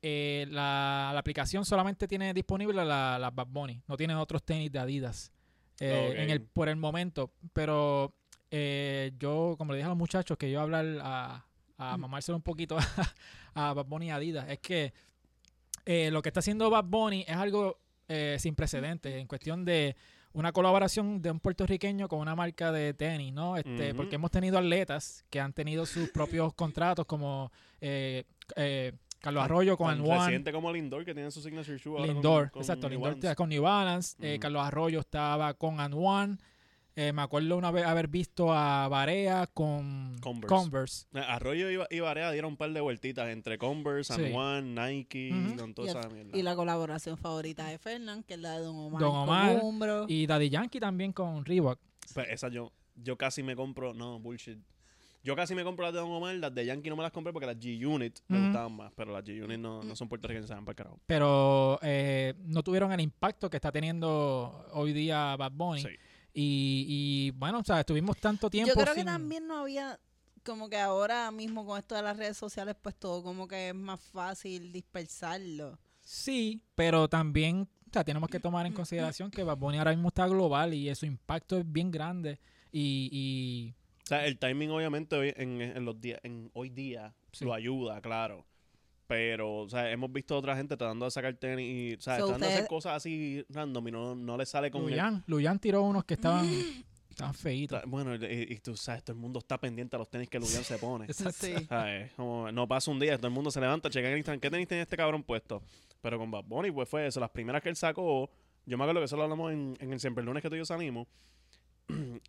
Speaker 1: eh, la, la aplicación solamente tiene disponible la- las Bad Bunny, no tiene otros tenis de Adidas eh,
Speaker 2: Ok.
Speaker 1: en el, por el momento. Pero eh, yo, como le dije a los muchachos, que yo hablar a, a
Speaker 3: Mm.
Speaker 1: mamárselo un poquito a, Bad Bunny y Adidas, es que eh, lo que está haciendo Bad Bunny es algo eh, sin precedentes en cuestión de una colaboración de un puertorriqueño con una marca de tenis, ¿no? Este,
Speaker 2: Ujú.
Speaker 1: Porque hemos tenido atletas que han tenido sus propios contratos, como eh, eh, Carlos Arroyo con
Speaker 2: Tan
Speaker 1: And One,
Speaker 2: reciente como Lindor, que tiene su signature shoe ahora con-
Speaker 1: Lindor,
Speaker 2: con
Speaker 1: exacto,
Speaker 2: New
Speaker 1: Lindor
Speaker 2: Balance.
Speaker 1: está con New Balance, eh,
Speaker 2: Ujú.
Speaker 1: Carlos Arroyo estaba con And One, eh, me acuerdo una vez haber visto a Barea con
Speaker 2: Converse.
Speaker 1: Converse.
Speaker 2: Arroyo y- y Barea dieron un par de vueltitas entre Converse, San
Speaker 1: Sí.
Speaker 2: Juan, Nike,
Speaker 1: Ujú.
Speaker 2: con toda
Speaker 3: Y
Speaker 2: esa
Speaker 3: el-
Speaker 2: mierda.
Speaker 3: Y la colaboración favorita de Fernán, que es la de Don Omar.
Speaker 1: Don
Speaker 3: con
Speaker 1: Omar
Speaker 3: Umbro.
Speaker 1: Y Daddy Yankee también con Reebok.
Speaker 2: Pues esa yo, yo casi me compro, no, bullshit. Yo casi me compro las de Don Omar, las de Yankee no me las compré porque las G-Unit me
Speaker 1: Ujú.
Speaker 2: gustaban más, pero las G-Unit no, no son puertorriqueñas, se van para carajo.
Speaker 1: Pero eh, no tuvieron el impacto que está teniendo hoy día Bad Bunny.
Speaker 2: Sí.
Speaker 1: Y, y, bueno, o sea, estuvimos tanto tiempo.
Speaker 3: Yo creo que
Speaker 1: sin-
Speaker 3: también no había, como que ahora mismo con esto de las redes sociales, pues todo como que es más fácil dispersarlo.
Speaker 1: Sí, pero también o sea, tenemos que tomar en consideración que Bad Bunny ahora mismo está global y su impacto es bien grande. Y, y
Speaker 2: O sea, el timing obviamente hoy, en, en los días, en hoy día
Speaker 1: Sí.
Speaker 2: lo ayuda, claro. Pero, o sea, hemos visto a otra gente tratando de sacar tenis y, o sea,
Speaker 3: So,
Speaker 2: tratando de hacer
Speaker 3: ustedes-
Speaker 2: cosas así random y no, no le sale con el-
Speaker 1: Luyan, Luyan tiró unos que estaban, estaban feitos.
Speaker 2: Tra- Bueno, y, y tú sabes, todo el mundo está pendiente a los tenis que Lulian se pone.
Speaker 1: Exacto.
Speaker 3: Sí.
Speaker 2: ¿Sabes? Como, no pasa un día, todo el mundo se levanta, checa en Instagram, ¿qué tenis tiene este cabrón puesto? Pero con Bad Bunny, pues fue eso. Las primeras que él sacó, yo me acuerdo que eso lo hablamos en, en el Siempre Lunes que tú y yo salimos.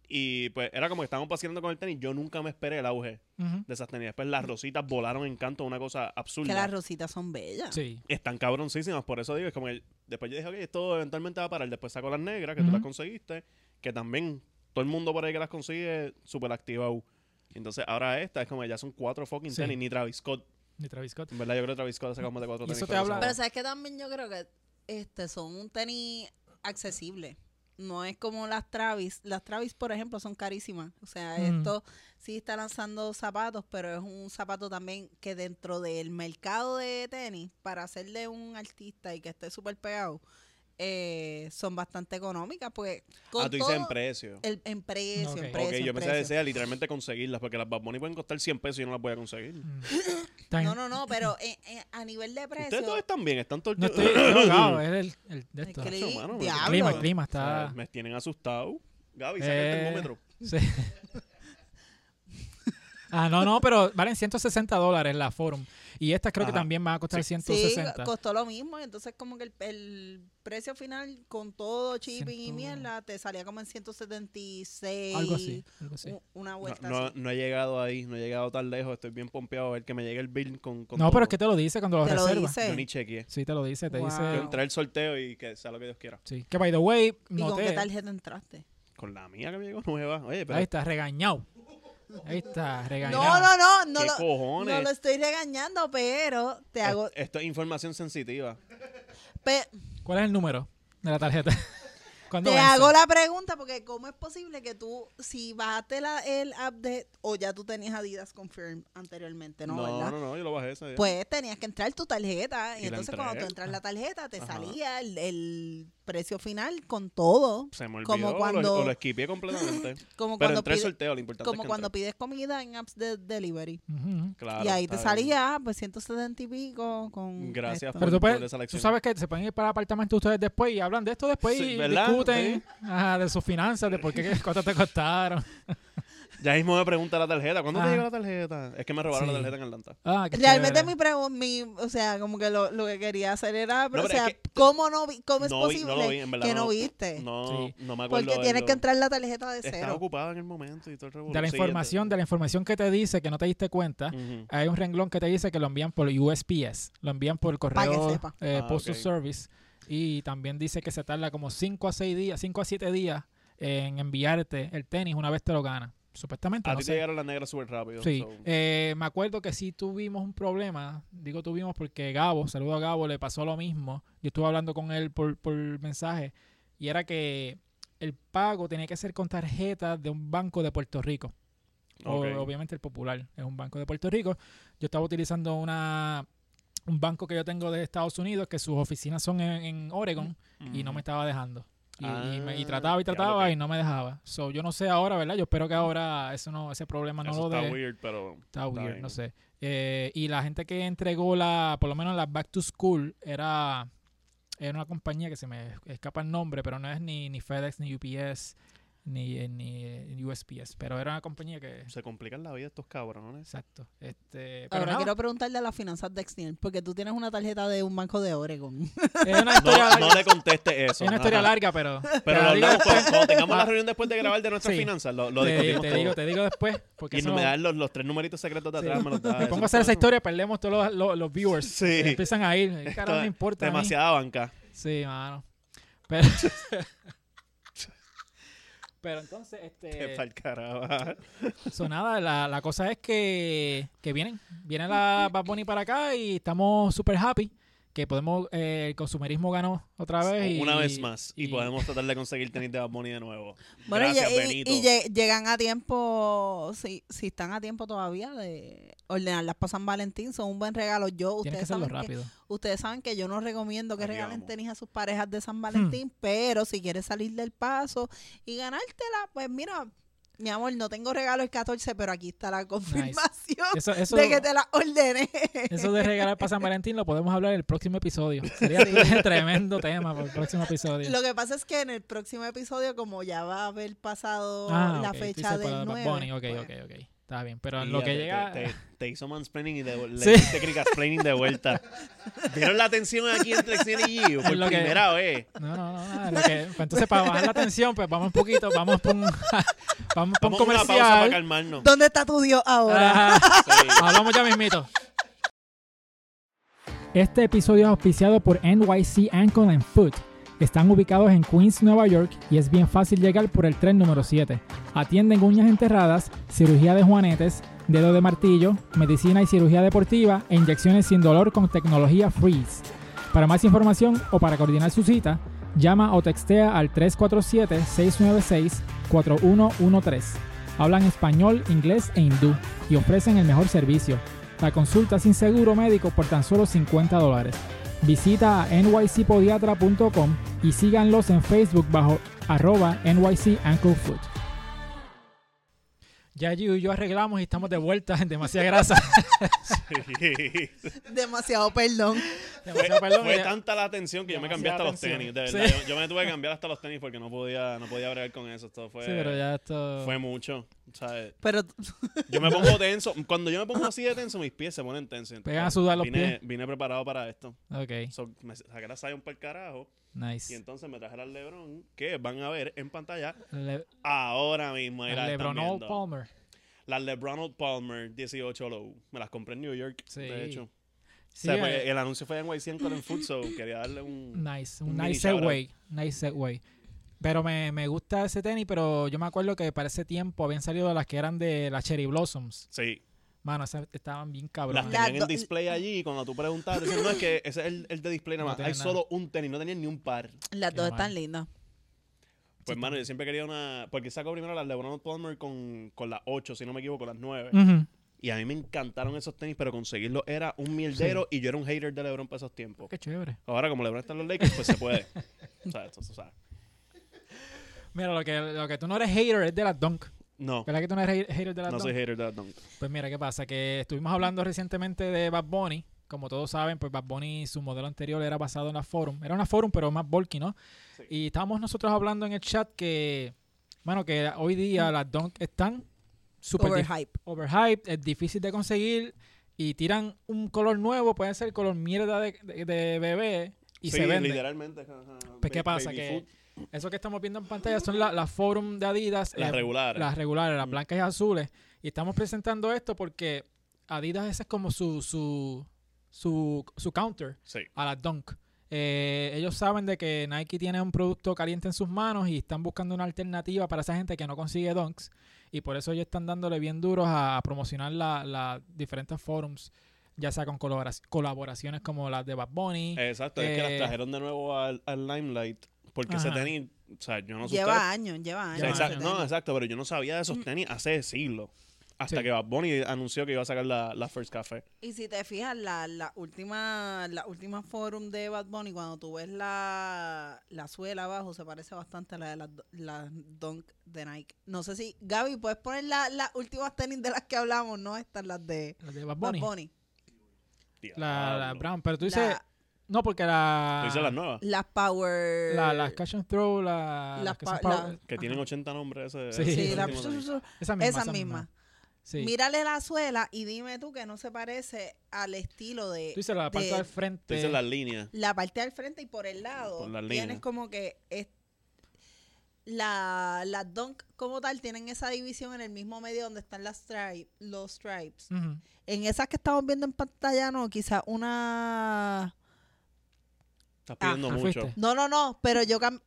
Speaker 2: y pues era como que estábamos paseando con el tenis. Yo nunca me esperé el auge
Speaker 1: Ujú.
Speaker 2: de esas tenis. Después las rositas volaron en canto, una cosa absurda.
Speaker 3: Que las rositas son bellas.
Speaker 1: Sí.
Speaker 2: Están cabroncísimas, por eso digo, es como que después yo dije, ok, esto eventualmente va a parar. Después saco las negras, que tú
Speaker 1: Ujú.
Speaker 2: las conseguiste, que también todo el mundo por ahí que las consigue, súper activado. Entonces ahora esta es como que ya son cuatro fucking
Speaker 1: Sí.
Speaker 2: tenis, ni Travis Scott.
Speaker 1: De Travis Scott.
Speaker 2: En verdad yo creo que Travis Scott ha sacado más de cuatro
Speaker 1: Y
Speaker 2: tenis.
Speaker 1: eso te
Speaker 2: para
Speaker 1: habla-
Speaker 2: esa-
Speaker 3: Pero sabes que también yo creo que este son un tenis accesible. No es como las Travis. Las Travis, por ejemplo, son carísimas. O sea,
Speaker 1: Ujú.
Speaker 3: esto sí está lanzando zapatos, pero es un zapato también que dentro del mercado de tenis, para hacerle un artista y que esté súper pegado, eh, son bastante económicas. Porque con
Speaker 2: Ah, tú dices en
Speaker 3: todo
Speaker 2: precio.
Speaker 3: el- en precio,
Speaker 1: Ok.
Speaker 3: en
Speaker 1: Ok,
Speaker 3: precio.
Speaker 2: ok,
Speaker 3: en
Speaker 2: yo pensé que
Speaker 3: precio.
Speaker 2: decía literalmente conseguirlas, porque las Bad Bunny pueden costar 100 pesos y yo no las voy a conseguir.
Speaker 1: Mm. Tan-
Speaker 3: No, no, no, pero eh, eh, a nivel de precio.
Speaker 2: Ustedes todos están bien, están todos...
Speaker 1: no estoy drogado, es el, el de
Speaker 3: el
Speaker 1: esto.
Speaker 3: cli-
Speaker 2: Eso, mano,
Speaker 1: El
Speaker 3: diablo.
Speaker 1: clima, el clima
Speaker 2: O sea,
Speaker 1: está.
Speaker 2: me tienen asustado. Gaby, saca el
Speaker 1: Eh.
Speaker 2: termómetro.
Speaker 1: Sí. Ah, no, no, pero valen 160 dólares la Forum. Y esta creo que
Speaker 2: Ajá.
Speaker 1: también va a costar
Speaker 3: Sí,
Speaker 1: 160.
Speaker 3: costó lo mismo. Entonces, como que el, el precio final con todo shipping y
Speaker 1: Ciento-
Speaker 3: mierda te salía como en 176.
Speaker 1: algo así. algo así.
Speaker 3: u- Una
Speaker 2: No,
Speaker 3: vuelta
Speaker 2: no-
Speaker 3: así.
Speaker 2: no he llegado ahí, no he llegado tan lejos. Estoy bien pompeado a ver que me llegue el bill con. con
Speaker 1: No, pero es que
Speaker 2: todo.
Speaker 1: te lo dice cuando lo
Speaker 3: Te lo
Speaker 1: reservas.
Speaker 3: dice.
Speaker 2: Yo ni chequeé.
Speaker 1: Sí, te lo dice, te
Speaker 3: Wow.
Speaker 2: Yo
Speaker 1: dice.
Speaker 2: entré al sorteo y que sea lo que Dios quiera.
Speaker 1: Sí. Que by the way,
Speaker 3: ¿Y con qué
Speaker 1: noté.
Speaker 3: tarjeta entraste?
Speaker 2: Con la mía que me llegó nueva. Oye, pero.
Speaker 1: Ahí está, regañado. Ahí está, regañado.
Speaker 3: No, no, no, no
Speaker 2: ¿Qué
Speaker 3: lo,
Speaker 2: cojones? Eh,
Speaker 3: no lo estoy regañando, pero te
Speaker 2: Es-
Speaker 3: hago.
Speaker 2: Esto es información sensitiva.
Speaker 3: pe-
Speaker 1: ¿Cuál es el número de la tarjeta? ¿Cuándo
Speaker 3: te
Speaker 1: vence?
Speaker 3: hago la pregunta porque, ¿cómo es posible que tú, si bajaste la, el update o ya tú tenías Adidas Confirm anteriormente, ¿no?
Speaker 2: No,
Speaker 3: ¿verdad?
Speaker 2: no, no, yo lo bajé ese día.
Speaker 3: pues tenías que entrar tu tarjeta
Speaker 2: Y
Speaker 3: y,
Speaker 2: la
Speaker 3: entonces cuando tú
Speaker 2: entré.
Speaker 3: entras la tarjeta te
Speaker 2: Ajá.
Speaker 3: salía el, el precio final con todo
Speaker 2: Se me olvidó.
Speaker 3: como
Speaker 2: o lo-
Speaker 3: cuando-
Speaker 2: O lo esquipié completamente.
Speaker 3: como
Speaker 2: pero
Speaker 3: cuando
Speaker 2: entré al
Speaker 3: pide-
Speaker 2: sorteo, lo importante
Speaker 3: como
Speaker 2: es que
Speaker 3: cuando
Speaker 2: entré.
Speaker 3: pides comida en apps de delivery
Speaker 1: Ujú.
Speaker 2: Claro,
Speaker 3: y ahí te
Speaker 2: está bien.
Speaker 3: salía ah, pues 170 y pico con
Speaker 2: Gracias
Speaker 3: esto.
Speaker 1: Pero tú,
Speaker 2: Por-
Speaker 1: puedes-
Speaker 2: por esa
Speaker 1: tú
Speaker 2: lección.
Speaker 1: sabes que se pueden ir para apartamentos ustedes después y hablan de esto después
Speaker 2: Sí,
Speaker 1: y
Speaker 2: ¿verdad?
Speaker 1: discuten ajá, de sus finanzas, de por qué cuánto te costaron.
Speaker 2: Ya mismo me pregunta la tarjeta. ¿Cuándo
Speaker 1: Ah.
Speaker 2: te llegó la tarjeta? Es que me robaron
Speaker 1: Sí.
Speaker 2: la tarjeta en Atlanta.
Speaker 1: Ah, qué
Speaker 3: Realmente
Speaker 1: chévere.
Speaker 3: mi pregunta, mi, o sea, como que lo, lo que quería hacer era, pero,
Speaker 2: No, pero
Speaker 3: o
Speaker 2: es
Speaker 3: sea,
Speaker 2: que-
Speaker 3: ¿cómo no vi- cómo es
Speaker 2: no vi-
Speaker 3: posible
Speaker 2: no lo vi, en verdad
Speaker 3: que no,
Speaker 2: no-
Speaker 3: viste?
Speaker 2: No,
Speaker 1: Sí.
Speaker 2: no me acuerdo.
Speaker 3: Porque tienes
Speaker 2: verlo.
Speaker 3: que entrar la tarjeta de
Speaker 2: Estaba
Speaker 3: cero.
Speaker 2: ocupado en el momento y todo el revolú.
Speaker 1: de la
Speaker 2: Sí,
Speaker 1: información, de la información que te dice que no te diste cuenta,
Speaker 2: Ujú.
Speaker 1: hay un renglón que te dice que lo envían por USPS, lo envían por correo
Speaker 3: sepa.
Speaker 1: eh,
Speaker 2: Ah,
Speaker 1: Postal
Speaker 2: ok.
Speaker 1: Service y también dice que se tarda como 5 a 6 días, 5 a 7 días en enviarte el tenis una vez te lo ganas, supuestamente.
Speaker 2: A
Speaker 1: no
Speaker 2: ti
Speaker 1: sé.
Speaker 2: te llegaron las negras súper rápido.
Speaker 1: Sí,
Speaker 2: so.
Speaker 1: eh, me acuerdo que sí tuvimos un problema, digo tuvimos porque Gabo, saludo a Gabo, le pasó lo mismo, yo estuve hablando con él por, por mensaje y era que el pago tenía que ser con tarjeta de un banco de Puerto Rico. O-
Speaker 2: Ok.
Speaker 1: obviamente el Popular es un banco de Puerto Rico. Yo estaba utilizando una un banco que yo tengo de Estados Unidos que sus oficinas son en, en Oregon y no me estaba dejando. Y, y me- y
Speaker 2: Mm. Ah,
Speaker 1: trataba y
Speaker 2: diablo,
Speaker 1: trataba
Speaker 2: ok.
Speaker 1: y no me dejaba. So, yo no sé ahora, ¿verdad? Yo espero que ahora eso no ese problema no
Speaker 2: Eso
Speaker 1: lo
Speaker 2: está
Speaker 1: dé.
Speaker 2: weird, pero.
Speaker 1: Está
Speaker 2: Está
Speaker 1: weird,
Speaker 2: bien.
Speaker 1: no sé. Eh, y la gente que entregó la, por lo menos la Back to School, era Era una compañía que se me escapa el nombre, pero no es ni, ni FedEx, ni UPS, ni, eh, ni eh, USPS. Pero era una compañía que.
Speaker 2: Se complican la vida estos cabrones.
Speaker 1: Exacto. Este, pero
Speaker 3: Ahora
Speaker 1: nada,
Speaker 3: quiero preguntarle a las finanzas de Exniel, porque tú tienes una tarjeta de un banco de Oregon.
Speaker 1: es una historia,
Speaker 2: No,
Speaker 1: larga,
Speaker 2: no le conteste eso.
Speaker 1: es una historia
Speaker 2: ajá.
Speaker 1: larga, pero. te
Speaker 2: Pero
Speaker 1: la
Speaker 2: lo
Speaker 1: digo
Speaker 2: hablamos cuando,
Speaker 1: después.
Speaker 2: cuando tengamos
Speaker 1: Ah.
Speaker 2: la reunión después de grabar de nuestras
Speaker 1: Sí.
Speaker 2: finanzas. Lo, lo
Speaker 1: Te-
Speaker 2: discutimos
Speaker 1: te,
Speaker 2: todo.
Speaker 1: digo, te digo después. Porque
Speaker 2: y
Speaker 1: eso-
Speaker 2: no me dan los, los tres numeritos secretos de
Speaker 1: Sí.
Speaker 2: atrás. Me, los da,
Speaker 1: me
Speaker 2: eso
Speaker 1: pongo a hacer esa
Speaker 2: está-
Speaker 1: historia, perdemos todos los, los- los viewers.
Speaker 2: Sí.
Speaker 1: Empiezan a ir. Carajo, no
Speaker 2: Esto-
Speaker 1: importa. a mí.
Speaker 2: Demasiada banca.
Speaker 1: Sí, mano. Pero. Pero entonces,
Speaker 2: Qué
Speaker 1: este.
Speaker 2: pa'l carajo.
Speaker 1: So, nada, la, la cosa es que, que vienen. Viene la Bad Bunny para acá y estamos super happy. Que podemos. eh, el consumerismo ganó otra vez. y-
Speaker 2: Una vez más. Y,
Speaker 1: y-
Speaker 2: podemos tratar de conseguir tenis de Bad Bunny de nuevo.
Speaker 3: Bueno, y-
Speaker 2: Gracias,
Speaker 3: y,
Speaker 2: Benito.
Speaker 3: y lle- llegan a tiempo, si, si están a tiempo todavía, de ordenar las para San Valentín, son un buen regalo. Yo,
Speaker 1: Tienes que
Speaker 3: ustedes
Speaker 1: hacerlo
Speaker 3: saben que,
Speaker 1: rápido.
Speaker 3: ustedes saben que yo no recomiendo que
Speaker 2: Ahí
Speaker 3: regalen
Speaker 2: vamos.
Speaker 3: tenis a sus parejas de
Speaker 1: Hmm.
Speaker 3: San Valentín, pero si quieres salir del paso y ganártela, pues mira, mi amor, no tengo regalo el 14, pero aquí está la confirmación
Speaker 1: Eso, eso,
Speaker 3: de que te la ordené.
Speaker 1: eso de regalar para San Valentín lo podemos hablar en el próximo episodio. Sería tremendo tema para el próximo episodio.
Speaker 3: Lo que pasa es que en el próximo episodio, como ya va a haber pasado
Speaker 1: Ah,
Speaker 3: la
Speaker 1: ok, tú
Speaker 3: fecha
Speaker 1: dices
Speaker 3: del
Speaker 1: para Bad
Speaker 3: 9,
Speaker 1: Bunny, ok,
Speaker 3: pues,
Speaker 1: ok, ok. Está bien. Pero en
Speaker 2: Y
Speaker 1: lo
Speaker 2: ya
Speaker 1: que
Speaker 2: te-
Speaker 1: llega.
Speaker 2: Te, te- te hizo mansplaining y de,
Speaker 1: Sí.
Speaker 2: le hiciste clicasplaining de vuelta. ¿Vieron la tensión aquí entre Xenia y Gio? Por
Speaker 1: Es lo que-
Speaker 2: primera vez.
Speaker 1: No, no, no, nada, lo que- pues entonces, para bajar la tensión, pues vamos un poquito, vamos por un, vamos por un
Speaker 2: Vamos a una pausa para
Speaker 1: comercial.
Speaker 2: calmarnos.
Speaker 3: ¿Dónde está tu Dios ahora?
Speaker 1: Ajá.
Speaker 2: Sí.
Speaker 1: Hablamos ya mismito. Este episodio es auspiciado por NYC Ankle and Foot. Están ubicados en Queens, Nueva York y es bien fácil llegar por el tren número 7. Atienden uñas enterradas, cirugía de juanetes, dedo de martillo, medicina y cirugía deportiva e inyecciones sin dolor con tecnología Freeze. Para más información o para coordinar su cita, llama o textea al 347-696-4113. Hablan español, inglés e hindú y ofrecen el mejor servicio. La consulta sin seguro médico por tan solo 50 dólares. Visita a nycpodiatra.com y síganlos en Facebook bajo arroba nycanklefoot. Ya Gio y yo arreglamos y estamos de vuelta en demasiada grasa.
Speaker 2: Sí.
Speaker 3: Demasiado perdón.
Speaker 1: Demasiado perdón.
Speaker 2: Fue
Speaker 1: Ya-
Speaker 2: tanta la atención que yo me cambié hasta
Speaker 1: Demasiada
Speaker 2: los tenis.
Speaker 1: tensión.
Speaker 2: De verdad, yo, yo me tuve que cambiar hasta los tenis porque no podía, no podía bregar con eso. Esto fue,
Speaker 1: Sí, pero ya esto...
Speaker 2: fue mucho. ¿sabes?
Speaker 3: Pero
Speaker 2: Yo me pongo tenso. Cuando yo me pongo así de tenso, mis pies se ponen tensos.
Speaker 1: Pegan a sudar los
Speaker 2: vine, vine preparado para esto.
Speaker 1: Ok,
Speaker 2: So, me saqué la Zion para el carajo y
Speaker 1: nice.
Speaker 2: entonces me traje la Lebron que van a ver en pantalla
Speaker 1: Le-
Speaker 2: ahora mismo. Ahí las están
Speaker 1: Lebronol
Speaker 2: viendo.
Speaker 1: Palmer.
Speaker 2: Las LeBron Palmer 18 Low. Me las compré en New York,
Speaker 1: Sí.
Speaker 2: de hecho.
Speaker 1: Sí,
Speaker 2: O sea, pues,
Speaker 1: eh,
Speaker 2: el anuncio fue en YC en Colin Food, so quería darle un...
Speaker 1: Nice, un
Speaker 2: un
Speaker 1: nice
Speaker 2: mini shout-out.
Speaker 1: segue, nice segue. Pero me, me gusta ese tenis, pero yo me acuerdo que para ese tiempo habían salido las que eran de las Cherry Blossoms.
Speaker 2: Sí,
Speaker 1: Mano, esas estaban bien
Speaker 2: las
Speaker 1: cabronas.
Speaker 3: La-
Speaker 2: tenían
Speaker 3: do-
Speaker 2: en display allí y cuando tú preguntabas, decían, no, es que ese es el, el de display
Speaker 1: No
Speaker 2: nada más.
Speaker 1: tienen
Speaker 2: Hay
Speaker 1: nada.
Speaker 2: solo un tenis, no tenían ni un par.
Speaker 3: las
Speaker 1: Qué
Speaker 3: dos
Speaker 1: mal.
Speaker 3: están lindas.
Speaker 2: Pues, hermano, yo siempre quería una... Porque saco primero las LeBron Palmer con, con las 8, si no me equivoco, las 9.
Speaker 1: Ujú.
Speaker 2: Y a mí me encantaron esos tenis, pero conseguirlos era un mierdero y yo era un hater de LeBron para esos tiempos.
Speaker 1: Oh, Qué chévere.
Speaker 2: Ahora, como LeBron está en los Lakers, pues se puede. o sea, esto, o sea,
Speaker 1: Mira, lo que, lo que tú no eres hater es de las Dunk.
Speaker 2: no,
Speaker 1: ¿Verdad que tú no eres ha- hater de las
Speaker 2: no
Speaker 1: Dunk?
Speaker 2: soy hater de la dunk.
Speaker 1: Pues mira, ¿qué pasa? Que estuvimos hablando recientemente de Bad Bunny. Como todos saben, pues Bad Bunny, su modelo anterior era basado en la Forum. Era una Forum, pero más bulky, ¿no?
Speaker 2: Sí.
Speaker 1: Y estábamos nosotros hablando en el chat que, mano, que hoy día las Dunk están súper dif-
Speaker 3: Overhype.
Speaker 1: overhyped, es difícil de conseguir y tiran un color nuevo, puede ser color mierda de, de- de bebé y
Speaker 2: Sí,
Speaker 1: se vende.
Speaker 2: literalmente. ajá, ajá,
Speaker 1: Pues, ¿qué
Speaker 2: ba-
Speaker 1: pasa?
Speaker 2: baby
Speaker 1: Que
Speaker 2: food,
Speaker 1: eso que estamos viendo en pantalla son la- las forum de Adidas.
Speaker 2: Las
Speaker 1: eh,
Speaker 2: regulares.
Speaker 1: Las regulares, las
Speaker 2: Mm.
Speaker 1: blancas y azules. Y estamos presentando esto porque Adidas ese es como su, su, su, su counter
Speaker 2: Sí.
Speaker 1: a las Dunk. Eh, ellos saben de que Nike tiene un producto caliente en sus manos y están buscando una alternativa para esa gente que no consigue Dunks. Y por eso ellos están dándole bien duros a, a promocionar la- las diferentes forums, ya sea con colaboras- colaboraciones como las de Bad Bunny.
Speaker 2: Exacto, es que
Speaker 1: Eh,
Speaker 2: las trajeron de nuevo al, al Limelight. Porque ese
Speaker 1: Ajá.
Speaker 2: tenis, o sea, yo no sé.
Speaker 3: lleva
Speaker 2: ustedes-
Speaker 3: años, lleva años.
Speaker 1: Lleva
Speaker 2: Exacto,
Speaker 3: ese
Speaker 2: no,
Speaker 3: tenis.
Speaker 2: exacto, pero yo no sabía de esos tenis hace siglos. Hasta
Speaker 1: Mm. Sí.
Speaker 2: que Bad Bunny anunció que iba a sacar la, la First Café.
Speaker 3: Y si te fijas, la, la última la última forum de Bad Bunny, cuando tú ves la, la suela abajo, se parece bastante a la de las las Dunk de Nike. No sé si, Gaby, puedes poner la- las últimas tenis de las que hablamos, no estas, las de
Speaker 1: Las de Bad
Speaker 3: Bad
Speaker 1: Bunny.
Speaker 3: Bunny.
Speaker 1: La, la
Speaker 2: Diablo.
Speaker 1: Brown. Pero tú dices,
Speaker 3: La-
Speaker 1: No, porque la.
Speaker 2: Ah, Tú dices las nuevas.
Speaker 3: Las Power.
Speaker 1: La, las Cash and Throw, la,
Speaker 3: Eh, Las
Speaker 1: las que son
Speaker 3: pa-
Speaker 1: pa-
Speaker 3: la-
Speaker 2: Que
Speaker 3: Ajá.
Speaker 2: tienen 80 nombres. Ese,
Speaker 1: Sí.
Speaker 2: ese
Speaker 3: Sí, la-
Speaker 2: último también.
Speaker 1: Esa misma.
Speaker 3: esa misma.
Speaker 1: Sí.
Speaker 3: Mírale la suela y dime tú que no se parece al estilo de
Speaker 1: Tú dices la parte
Speaker 3: de-
Speaker 1: del
Speaker 2: Tú
Speaker 1: frente.
Speaker 2: dices las líneas.
Speaker 3: la parte del frente y por el lado.
Speaker 2: Por las
Speaker 3: tienes
Speaker 2: líneas.
Speaker 3: como que es, la, las donk como tal tienen esa división en el mismo medio donde están las stripe- los stripes.
Speaker 1: Ujú.
Speaker 3: En esas que estamos viendo en pantalla, no, quizá una.
Speaker 2: Estás pidiendo
Speaker 1: Ah,
Speaker 2: mucho.
Speaker 1: fuiste.
Speaker 3: No, no, no, pero yo cam-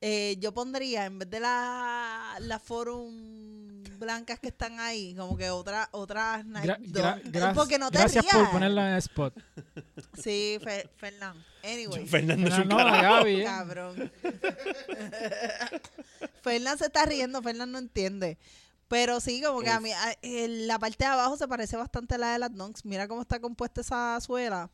Speaker 3: eh, yo pondría en vez de la- las forum blancas que están ahí, como que otra, otras Nike
Speaker 1: Gra- gra-
Speaker 3: Dunk.
Speaker 1: gra-
Speaker 3: Porque no te
Speaker 1: gracias
Speaker 3: rías.
Speaker 1: por ponerla en el spot.
Speaker 3: Sí, Fe- Fernán. Anyway.
Speaker 2: Fernando es
Speaker 1: No,
Speaker 2: un
Speaker 1: no,
Speaker 2: carajo.
Speaker 1: Gaby, eh.
Speaker 3: Cabrón. Fernán se está riendo, Fernán no entiende. Pero sí, como que a
Speaker 2: Uf.
Speaker 3: mí, a- eh, la parte de abajo se parece bastante a la de las Dunks. Mira cómo está compuesta esa suela.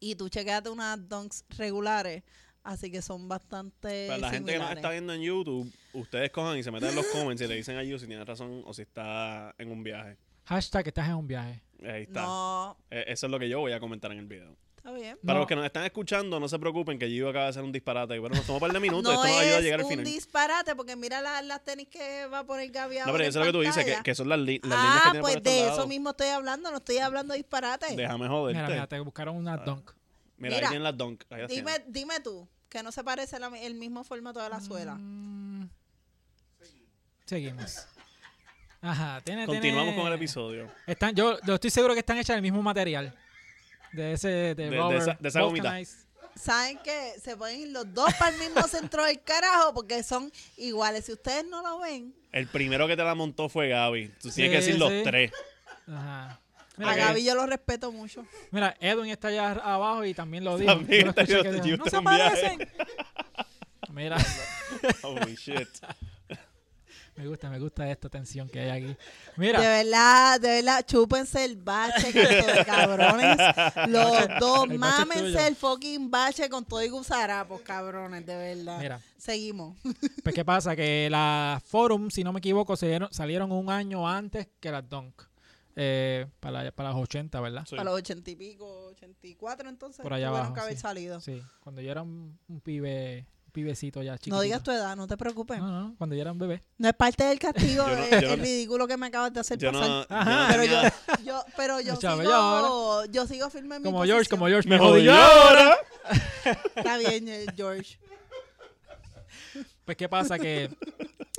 Speaker 3: Y tú chequeate unas Dunks regulares. Así que son bastante.
Speaker 2: Para la gente que nos
Speaker 3: similares.
Speaker 2: está viendo en YouTube, ustedes cojan y se meten en los comments y le dicen a ellos si tiene razón o si está en un viaje.
Speaker 1: Hashtag estás en un viaje.
Speaker 2: Ahí está.
Speaker 3: No,
Speaker 2: Eh, Eso es lo que yo voy a comentar en el video.
Speaker 3: está bien.
Speaker 2: Para
Speaker 1: No.
Speaker 2: los que nos están escuchando, no se preocupen que yo acaba de hacer un disparate. Bueno, nos tomó un par de minutos.
Speaker 3: no
Speaker 2: esto nos ayuda a llegar
Speaker 3: es
Speaker 2: al
Speaker 3: un
Speaker 2: final.
Speaker 3: disparate porque mira la- las tenis que va a poner Gaby
Speaker 2: No, pero
Speaker 3: ahora en
Speaker 2: eso es lo que tú dices, que,
Speaker 3: pantalla.
Speaker 2: que son las, li- las líneas que
Speaker 3: ah,
Speaker 2: tiene
Speaker 3: pues
Speaker 2: por estos
Speaker 3: de
Speaker 2: lados.
Speaker 3: eso mismo estoy hablando, no estoy hablando de disparate.
Speaker 2: Déjame joderte.
Speaker 1: Mira, mira,
Speaker 2: Mira,
Speaker 1: te buscaron
Speaker 2: Ah.
Speaker 1: una dunk.
Speaker 2: ahí
Speaker 3: Mira,
Speaker 2: tienen las donk. Ahí las
Speaker 3: Dime,
Speaker 2: tienen.
Speaker 3: dime tú, que no se parece la- el mismo formato de la suela.
Speaker 1: Mm. Seguimos. Ajá, tiene,
Speaker 2: Continuamos
Speaker 1: tiene-
Speaker 2: con el episodio.
Speaker 1: Están, yo, yo estoy seguro que están hechas del mismo material. De ese, de,
Speaker 2: de
Speaker 1: rubber,
Speaker 2: esa- de esa gomita.
Speaker 1: vulcanized.
Speaker 3: ¿Saben qué? Se pueden ir los dos para el mismo centro del carajo porque son iguales. Si ustedes no lo ven,
Speaker 2: El primero que te la montó fue Gaby. Tú tienes
Speaker 1: Sí,
Speaker 2: que decir los
Speaker 1: sí.
Speaker 2: tres.
Speaker 1: Ajá.
Speaker 3: a
Speaker 1: Mira,
Speaker 3: Gaby
Speaker 1: que-
Speaker 3: yo lo respeto mucho.
Speaker 1: mira, Edwin está allá abajo y también lo dijo.
Speaker 2: También
Speaker 1: Yo lo
Speaker 2: está-
Speaker 1: escuché
Speaker 2: yo-
Speaker 1: que dijo,
Speaker 2: yo
Speaker 1: "No
Speaker 2: estoy
Speaker 1: se
Speaker 2: en viaje".
Speaker 1: parecen. Mira,
Speaker 2: Holy shit.
Speaker 1: me gusta, me gusta esta tensión que hay aquí.
Speaker 3: De
Speaker 1: Mira,
Speaker 3: verdad, de verdad, chúpense el bache, canto de cabrones. Los dos,
Speaker 1: el bache es tuyo.
Speaker 3: mámense el fucking bache con todo y gusarapos, cabrones, de verdad.
Speaker 1: mira.
Speaker 3: Seguimos.
Speaker 1: Pues, ¿qué pasa? Que las Forum, si no me equivoco, salieron, salieron un año antes que las Dunk. Eh, para, para los 80, ¿verdad?
Speaker 2: Sí.
Speaker 3: A los ochenta y pico, ochenta y cuatro, entonces.
Speaker 1: Por allá
Speaker 3: tuvieron
Speaker 1: abajo,
Speaker 3: que haber
Speaker 1: sí.
Speaker 3: salido.
Speaker 1: Sí, cuando yo era un, un pibe, un pibecito ya chiquito.
Speaker 3: No digas pues. tu edad, no te preocupes.
Speaker 1: No, no, cuando yo era un bebé.
Speaker 3: No es parte del castigo,
Speaker 2: Yo no-
Speaker 3: es
Speaker 2: yo
Speaker 3: el
Speaker 2: no-
Speaker 3: ridículo que me acabas de hacer
Speaker 2: Yo
Speaker 3: pasar.
Speaker 2: no, yo no
Speaker 1: Ajá.
Speaker 3: Pero yo,
Speaker 2: tenía-
Speaker 3: yo, pero yo
Speaker 1: Escúchame,
Speaker 3: sigo,
Speaker 1: yo ahora-
Speaker 3: yo sigo firme en mi
Speaker 1: Como George,
Speaker 3: posición.
Speaker 1: como George.
Speaker 2: Me
Speaker 1: Me
Speaker 2: jodí
Speaker 1: jodió.
Speaker 2: ahora.
Speaker 3: Está bien, eh, George.
Speaker 1: Pues, ¿qué pasa? Que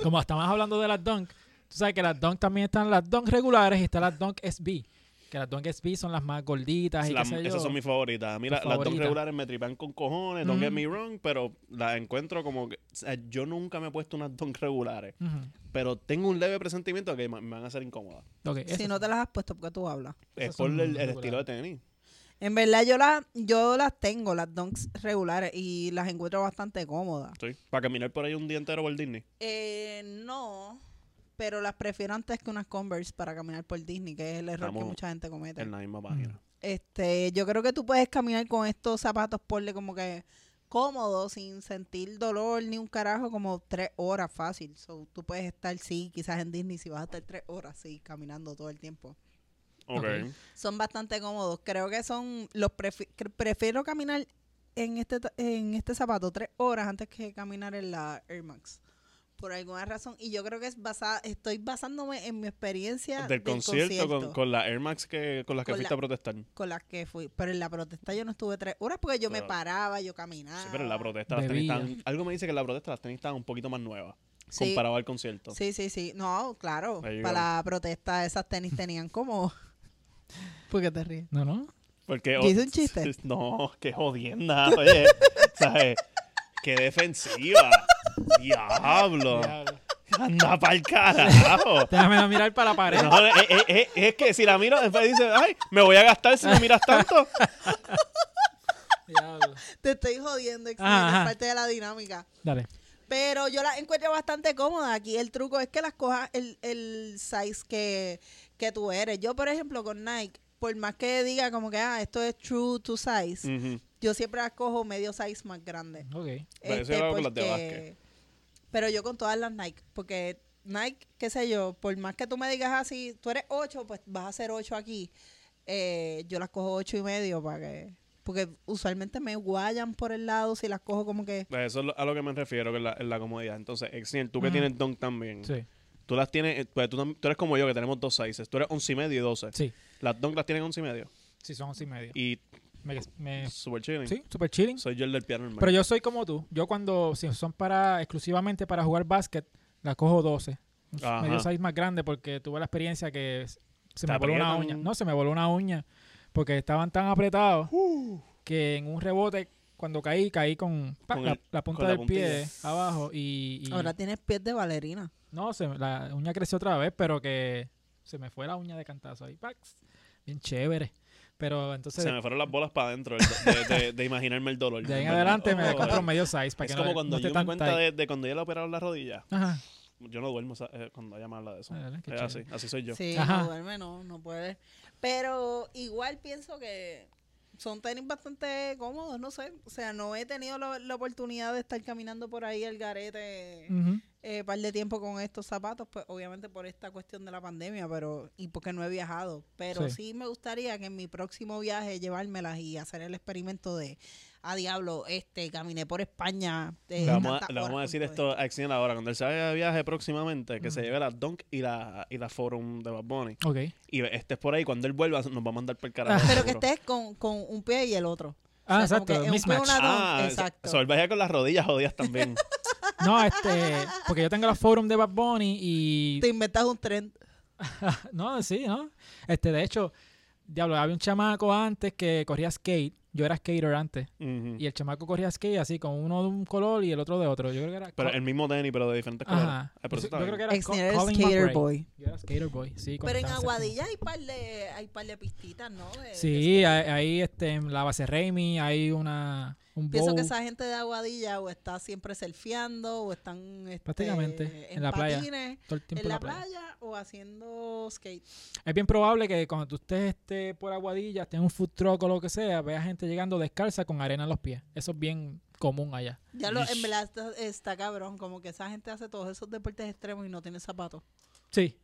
Speaker 1: como estamos hablando de las Dunk, tú sabes que las Dunk también están las Dunk regulares y están las Dunk SB. Que las Dunk SB son las más gorditas y
Speaker 2: Las-
Speaker 1: qué sé yo.
Speaker 2: esas son mis favoritas. Mira,
Speaker 1: Tus
Speaker 2: las dos
Speaker 1: favoritas.
Speaker 2: regulares me tripan con cojones, don't get
Speaker 1: Ujú.
Speaker 2: me wrong, pero las encuentro como que... o sea, yo nunca me he puesto unas don regulares,
Speaker 1: Ujú.
Speaker 2: pero tengo un leve presentimiento de que me me van a hacer incómodas.
Speaker 1: Ok,
Speaker 3: Si
Speaker 1: esas
Speaker 3: no te las has puesto porque tú hablas.
Speaker 2: Es
Speaker 1: Esas
Speaker 2: por
Speaker 1: son
Speaker 2: el, el
Speaker 1: regulares.
Speaker 2: estilo de tenis.
Speaker 3: En verdad yo las yo las tengo, las donks regulares y las encuentro bastante cómodas.
Speaker 2: Sí. Para caminar por ahí un día entero por Disney.
Speaker 3: Eh, no, pero las prefiero antes que unas Converse para caminar por Disney, que es el error
Speaker 2: Estamos
Speaker 3: que mucha gente comete.
Speaker 2: En la misma página.
Speaker 3: Este, yo creo que tú puedes caminar con estos zapatos porle como que cómodo, sin sentir dolor ni un carajo, como tres horas fácil. So, tú puedes estar, sí, quizás en Disney si vas a estar tres horas, sí, caminando todo el tiempo.
Speaker 2: Ok.
Speaker 1: Ok.
Speaker 3: Son bastante cómodos. Creo que son los prefi- cre- prefiero caminar en este ta- en este zapato tres horas antes que caminar en la Air Max. Por alguna razón. Y yo creo que es basada, estoy basándome en mi experiencia
Speaker 2: Del, concierto, Con,
Speaker 3: concierto.
Speaker 2: con las Air Max que, con las que
Speaker 3: Con
Speaker 2: fuiste
Speaker 3: la-
Speaker 2: a protestar.
Speaker 3: con las que fui. Pero en la protesta yo no estuve tres horas porque yo me
Speaker 2: Claro.
Speaker 3: paraba, yo caminaba.
Speaker 2: Sí, pero en la protesta las tenis
Speaker 1: Bebía.
Speaker 2: estaban... Algo me dice que en la protesta las tenis estaban un poquito más nuevas.
Speaker 3: Sí.
Speaker 2: Comparado al concierto.
Speaker 3: Sí, sí, sí. No, claro.
Speaker 2: There you
Speaker 3: Para la protesta esas tenis tenían como... ¿Por qué te ríes?
Speaker 1: No, no.
Speaker 2: Porque...
Speaker 3: Yo
Speaker 2: o-
Speaker 3: hice un chiste.
Speaker 2: No, qué jodienda. Oye, ¿sabes? Qué defensiva. Diablo.
Speaker 1: Diablo.
Speaker 2: Anda pa'l carajo.
Speaker 1: Déjame mirar para la pared.
Speaker 2: No, eh, eh, eh, es que si la miro, después dice, ay, me voy a gastar si me miras tanto.
Speaker 1: Diablo.
Speaker 3: Te estoy jodiendo, Xavier,
Speaker 1: Ajá, ajá.
Speaker 3: es parte de la dinámica.
Speaker 1: Dale.
Speaker 3: Pero yo las encuentro bastante cómodas. Aquí el truco es que las cojas el, el size que, que tú eres. Yo, por ejemplo, con Nike, por más que diga como que, ah, esto es true to size,
Speaker 2: Ujú.
Speaker 3: yo siempre las cojo medio size más grande.
Speaker 1: Ok.
Speaker 2: Pero eso
Speaker 3: Este,
Speaker 2: yo lo hago con las de
Speaker 3: porque-
Speaker 2: básquet.
Speaker 3: Pero yo con todas las Nike, porque Nike, qué sé yo, por más que tú me digas así, tú eres 8, pues vas a ser 8 aquí. eh, yo las cojo 8 y medio para que, Porque usualmente me guayan por el lado si las cojo como que.
Speaker 2: Pues Eso es lo- a lo que me refiero, que es la, es la comodidad. Entonces, Exiel, tú que
Speaker 1: Ujú.
Speaker 2: tienes Dunk también,
Speaker 1: Sí,
Speaker 2: tú las tienes, eh, pues tú, tam- tú eres como yo, que tenemos dos sizes. Tú eres 11 y medio y 12.
Speaker 1: sí,
Speaker 2: Las Dunk las tienen 11 y medio.
Speaker 1: sí, son once y medio.
Speaker 2: Y
Speaker 1: Me- me-
Speaker 2: super chilling.
Speaker 1: sí, super chilling.
Speaker 2: Soy yo el del piano normal.
Speaker 1: Pero yo soy como tú. Yo cuando, si son para exclusivamente para jugar básquet, la cojo 12. Un
Speaker 2: Ajá.
Speaker 1: Medio size más grande porque tuve la experiencia que s- se me
Speaker 2: Te
Speaker 1: voló una uña.
Speaker 2: aprietan.
Speaker 1: No, se me voló una uña porque estaban tan apretados que en un rebote, cuando caí, caí con, pa,
Speaker 2: Con
Speaker 1: la,
Speaker 2: el-
Speaker 1: la punta
Speaker 2: con la
Speaker 1: del pie
Speaker 2: puntilla.
Speaker 1: abajo y... y-
Speaker 3: Ahora tienes pies de bailarina.
Speaker 1: no, se, me- la uña creció otra vez, pero que se me fue la uña de cantazo ahí. ¡pax! Bien chévere. Pero entonces...
Speaker 2: se me fueron las bolas para adentro de, de- de- de imaginarme el dolor.
Speaker 1: De ahí en
Speaker 2: ¿verdad?
Speaker 1: adelante
Speaker 2: Oh,
Speaker 1: me compro
Speaker 2: eh.
Speaker 1: un medio size para
Speaker 2: Es
Speaker 1: que
Speaker 2: como
Speaker 1: no,
Speaker 2: cuando
Speaker 1: no esté
Speaker 2: yo me
Speaker 1: tan
Speaker 2: cuenta
Speaker 1: tight.
Speaker 2: de, de cuando ella le operaron la rodilla.
Speaker 1: Ajá.
Speaker 2: Yo no duermo sa- eh, cuando ella me habla de eso.
Speaker 1: Ah, ¿verdad? Qué
Speaker 2: Es así,
Speaker 1: chévere.
Speaker 2: así soy yo.
Speaker 3: Sí,
Speaker 1: Ajá.
Speaker 3: no duerme, no, no puede. Pero igual pienso que son tenis bastante cómodos, no sé. O sea, no he tenido la, la oportunidad de estar caminando por ahí el garete
Speaker 1: Ujú.
Speaker 3: eh, par de tiempo con estos zapatos, pues obviamente por esta cuestión de la pandemia, pero y porque no he viajado. Pero
Speaker 1: Sí.
Speaker 3: sí, me gustaría que en mi próximo viaje llevármelas y hacer el experimento de, a diablo, este, caminé por España. eh,
Speaker 1: Le
Speaker 2: Le vamos, a,
Speaker 3: tantas
Speaker 2: le vamos a
Speaker 3: horas
Speaker 2: decir
Speaker 3: con todo
Speaker 2: esto a Axel ahora. Cuando él se vaya de viaje próximamente, que se
Speaker 1: Ujú.
Speaker 2: lleve la Donk y la, y la Forum de Bad Bunny.
Speaker 1: Ok.
Speaker 2: Y estés por ahí. Cuando él vuelva, nos va a mandar por el carajo.
Speaker 3: Pero que
Speaker 2: seguro.
Speaker 3: estés con, con un pie y el otro.
Speaker 1: Ah,
Speaker 3: O sea, como
Speaker 1: exacto,
Speaker 3: que en un
Speaker 1: mismatch.
Speaker 3: pie una dunk,
Speaker 2: Ah,
Speaker 3: exacto.
Speaker 2: exacto. So, él va a ir con las rodillas jodidas también.
Speaker 1: No, este, porque yo tengo los forum de Bad Bunny y...
Speaker 3: Te inventas un tren.
Speaker 1: No, sí, ¿no? Este, de hecho, diablo, había un chamaco antes que corría skate. Yo era skater antes.
Speaker 2: Ujú.
Speaker 1: Y el chamaco corría skate así, con uno de un color y el otro de otro. Yo creo que era...
Speaker 2: Pero
Speaker 1: Co-
Speaker 2: el mismo tenis, pero de diferentes colores.
Speaker 1: Ajá.
Speaker 2: Ah, pero eso
Speaker 1: Yo,
Speaker 2: está
Speaker 1: yo creo
Speaker 2: bien.
Speaker 1: que era Co-
Speaker 3: Exner
Speaker 1: Colin
Speaker 3: Skater
Speaker 1: McRae.
Speaker 3: Boy.
Speaker 1: Yo era skater boy, sí. cuando
Speaker 3: Pero en
Speaker 1: estaba en
Speaker 3: Aguadilla eh, hay par de, hay par de pistitas, ¿no? De- de-
Speaker 1: Sí, hay- ahí este, en la base Raimi hay una... Un
Speaker 3: Pienso que
Speaker 1: bowl.
Speaker 3: esa gente de Aguadilla o está siempre surfeando o están este,
Speaker 1: Prácticamente, en la playa.
Speaker 3: patines,
Speaker 1: Todo el tiempo
Speaker 3: en la playa. o haciendo skate.
Speaker 1: Es bien probable que cuando tú estés este, por Aguadilla, estés en un food truck o lo que sea, veas gente llegando descalza con arena en los pies. Eso es bien común allá.
Speaker 3: Ya lo, en
Speaker 2: Ish.
Speaker 3: verdad está, está cabrón, como que esa gente hace todos esos deportes extremos y no tiene zapatos.
Speaker 1: Sí.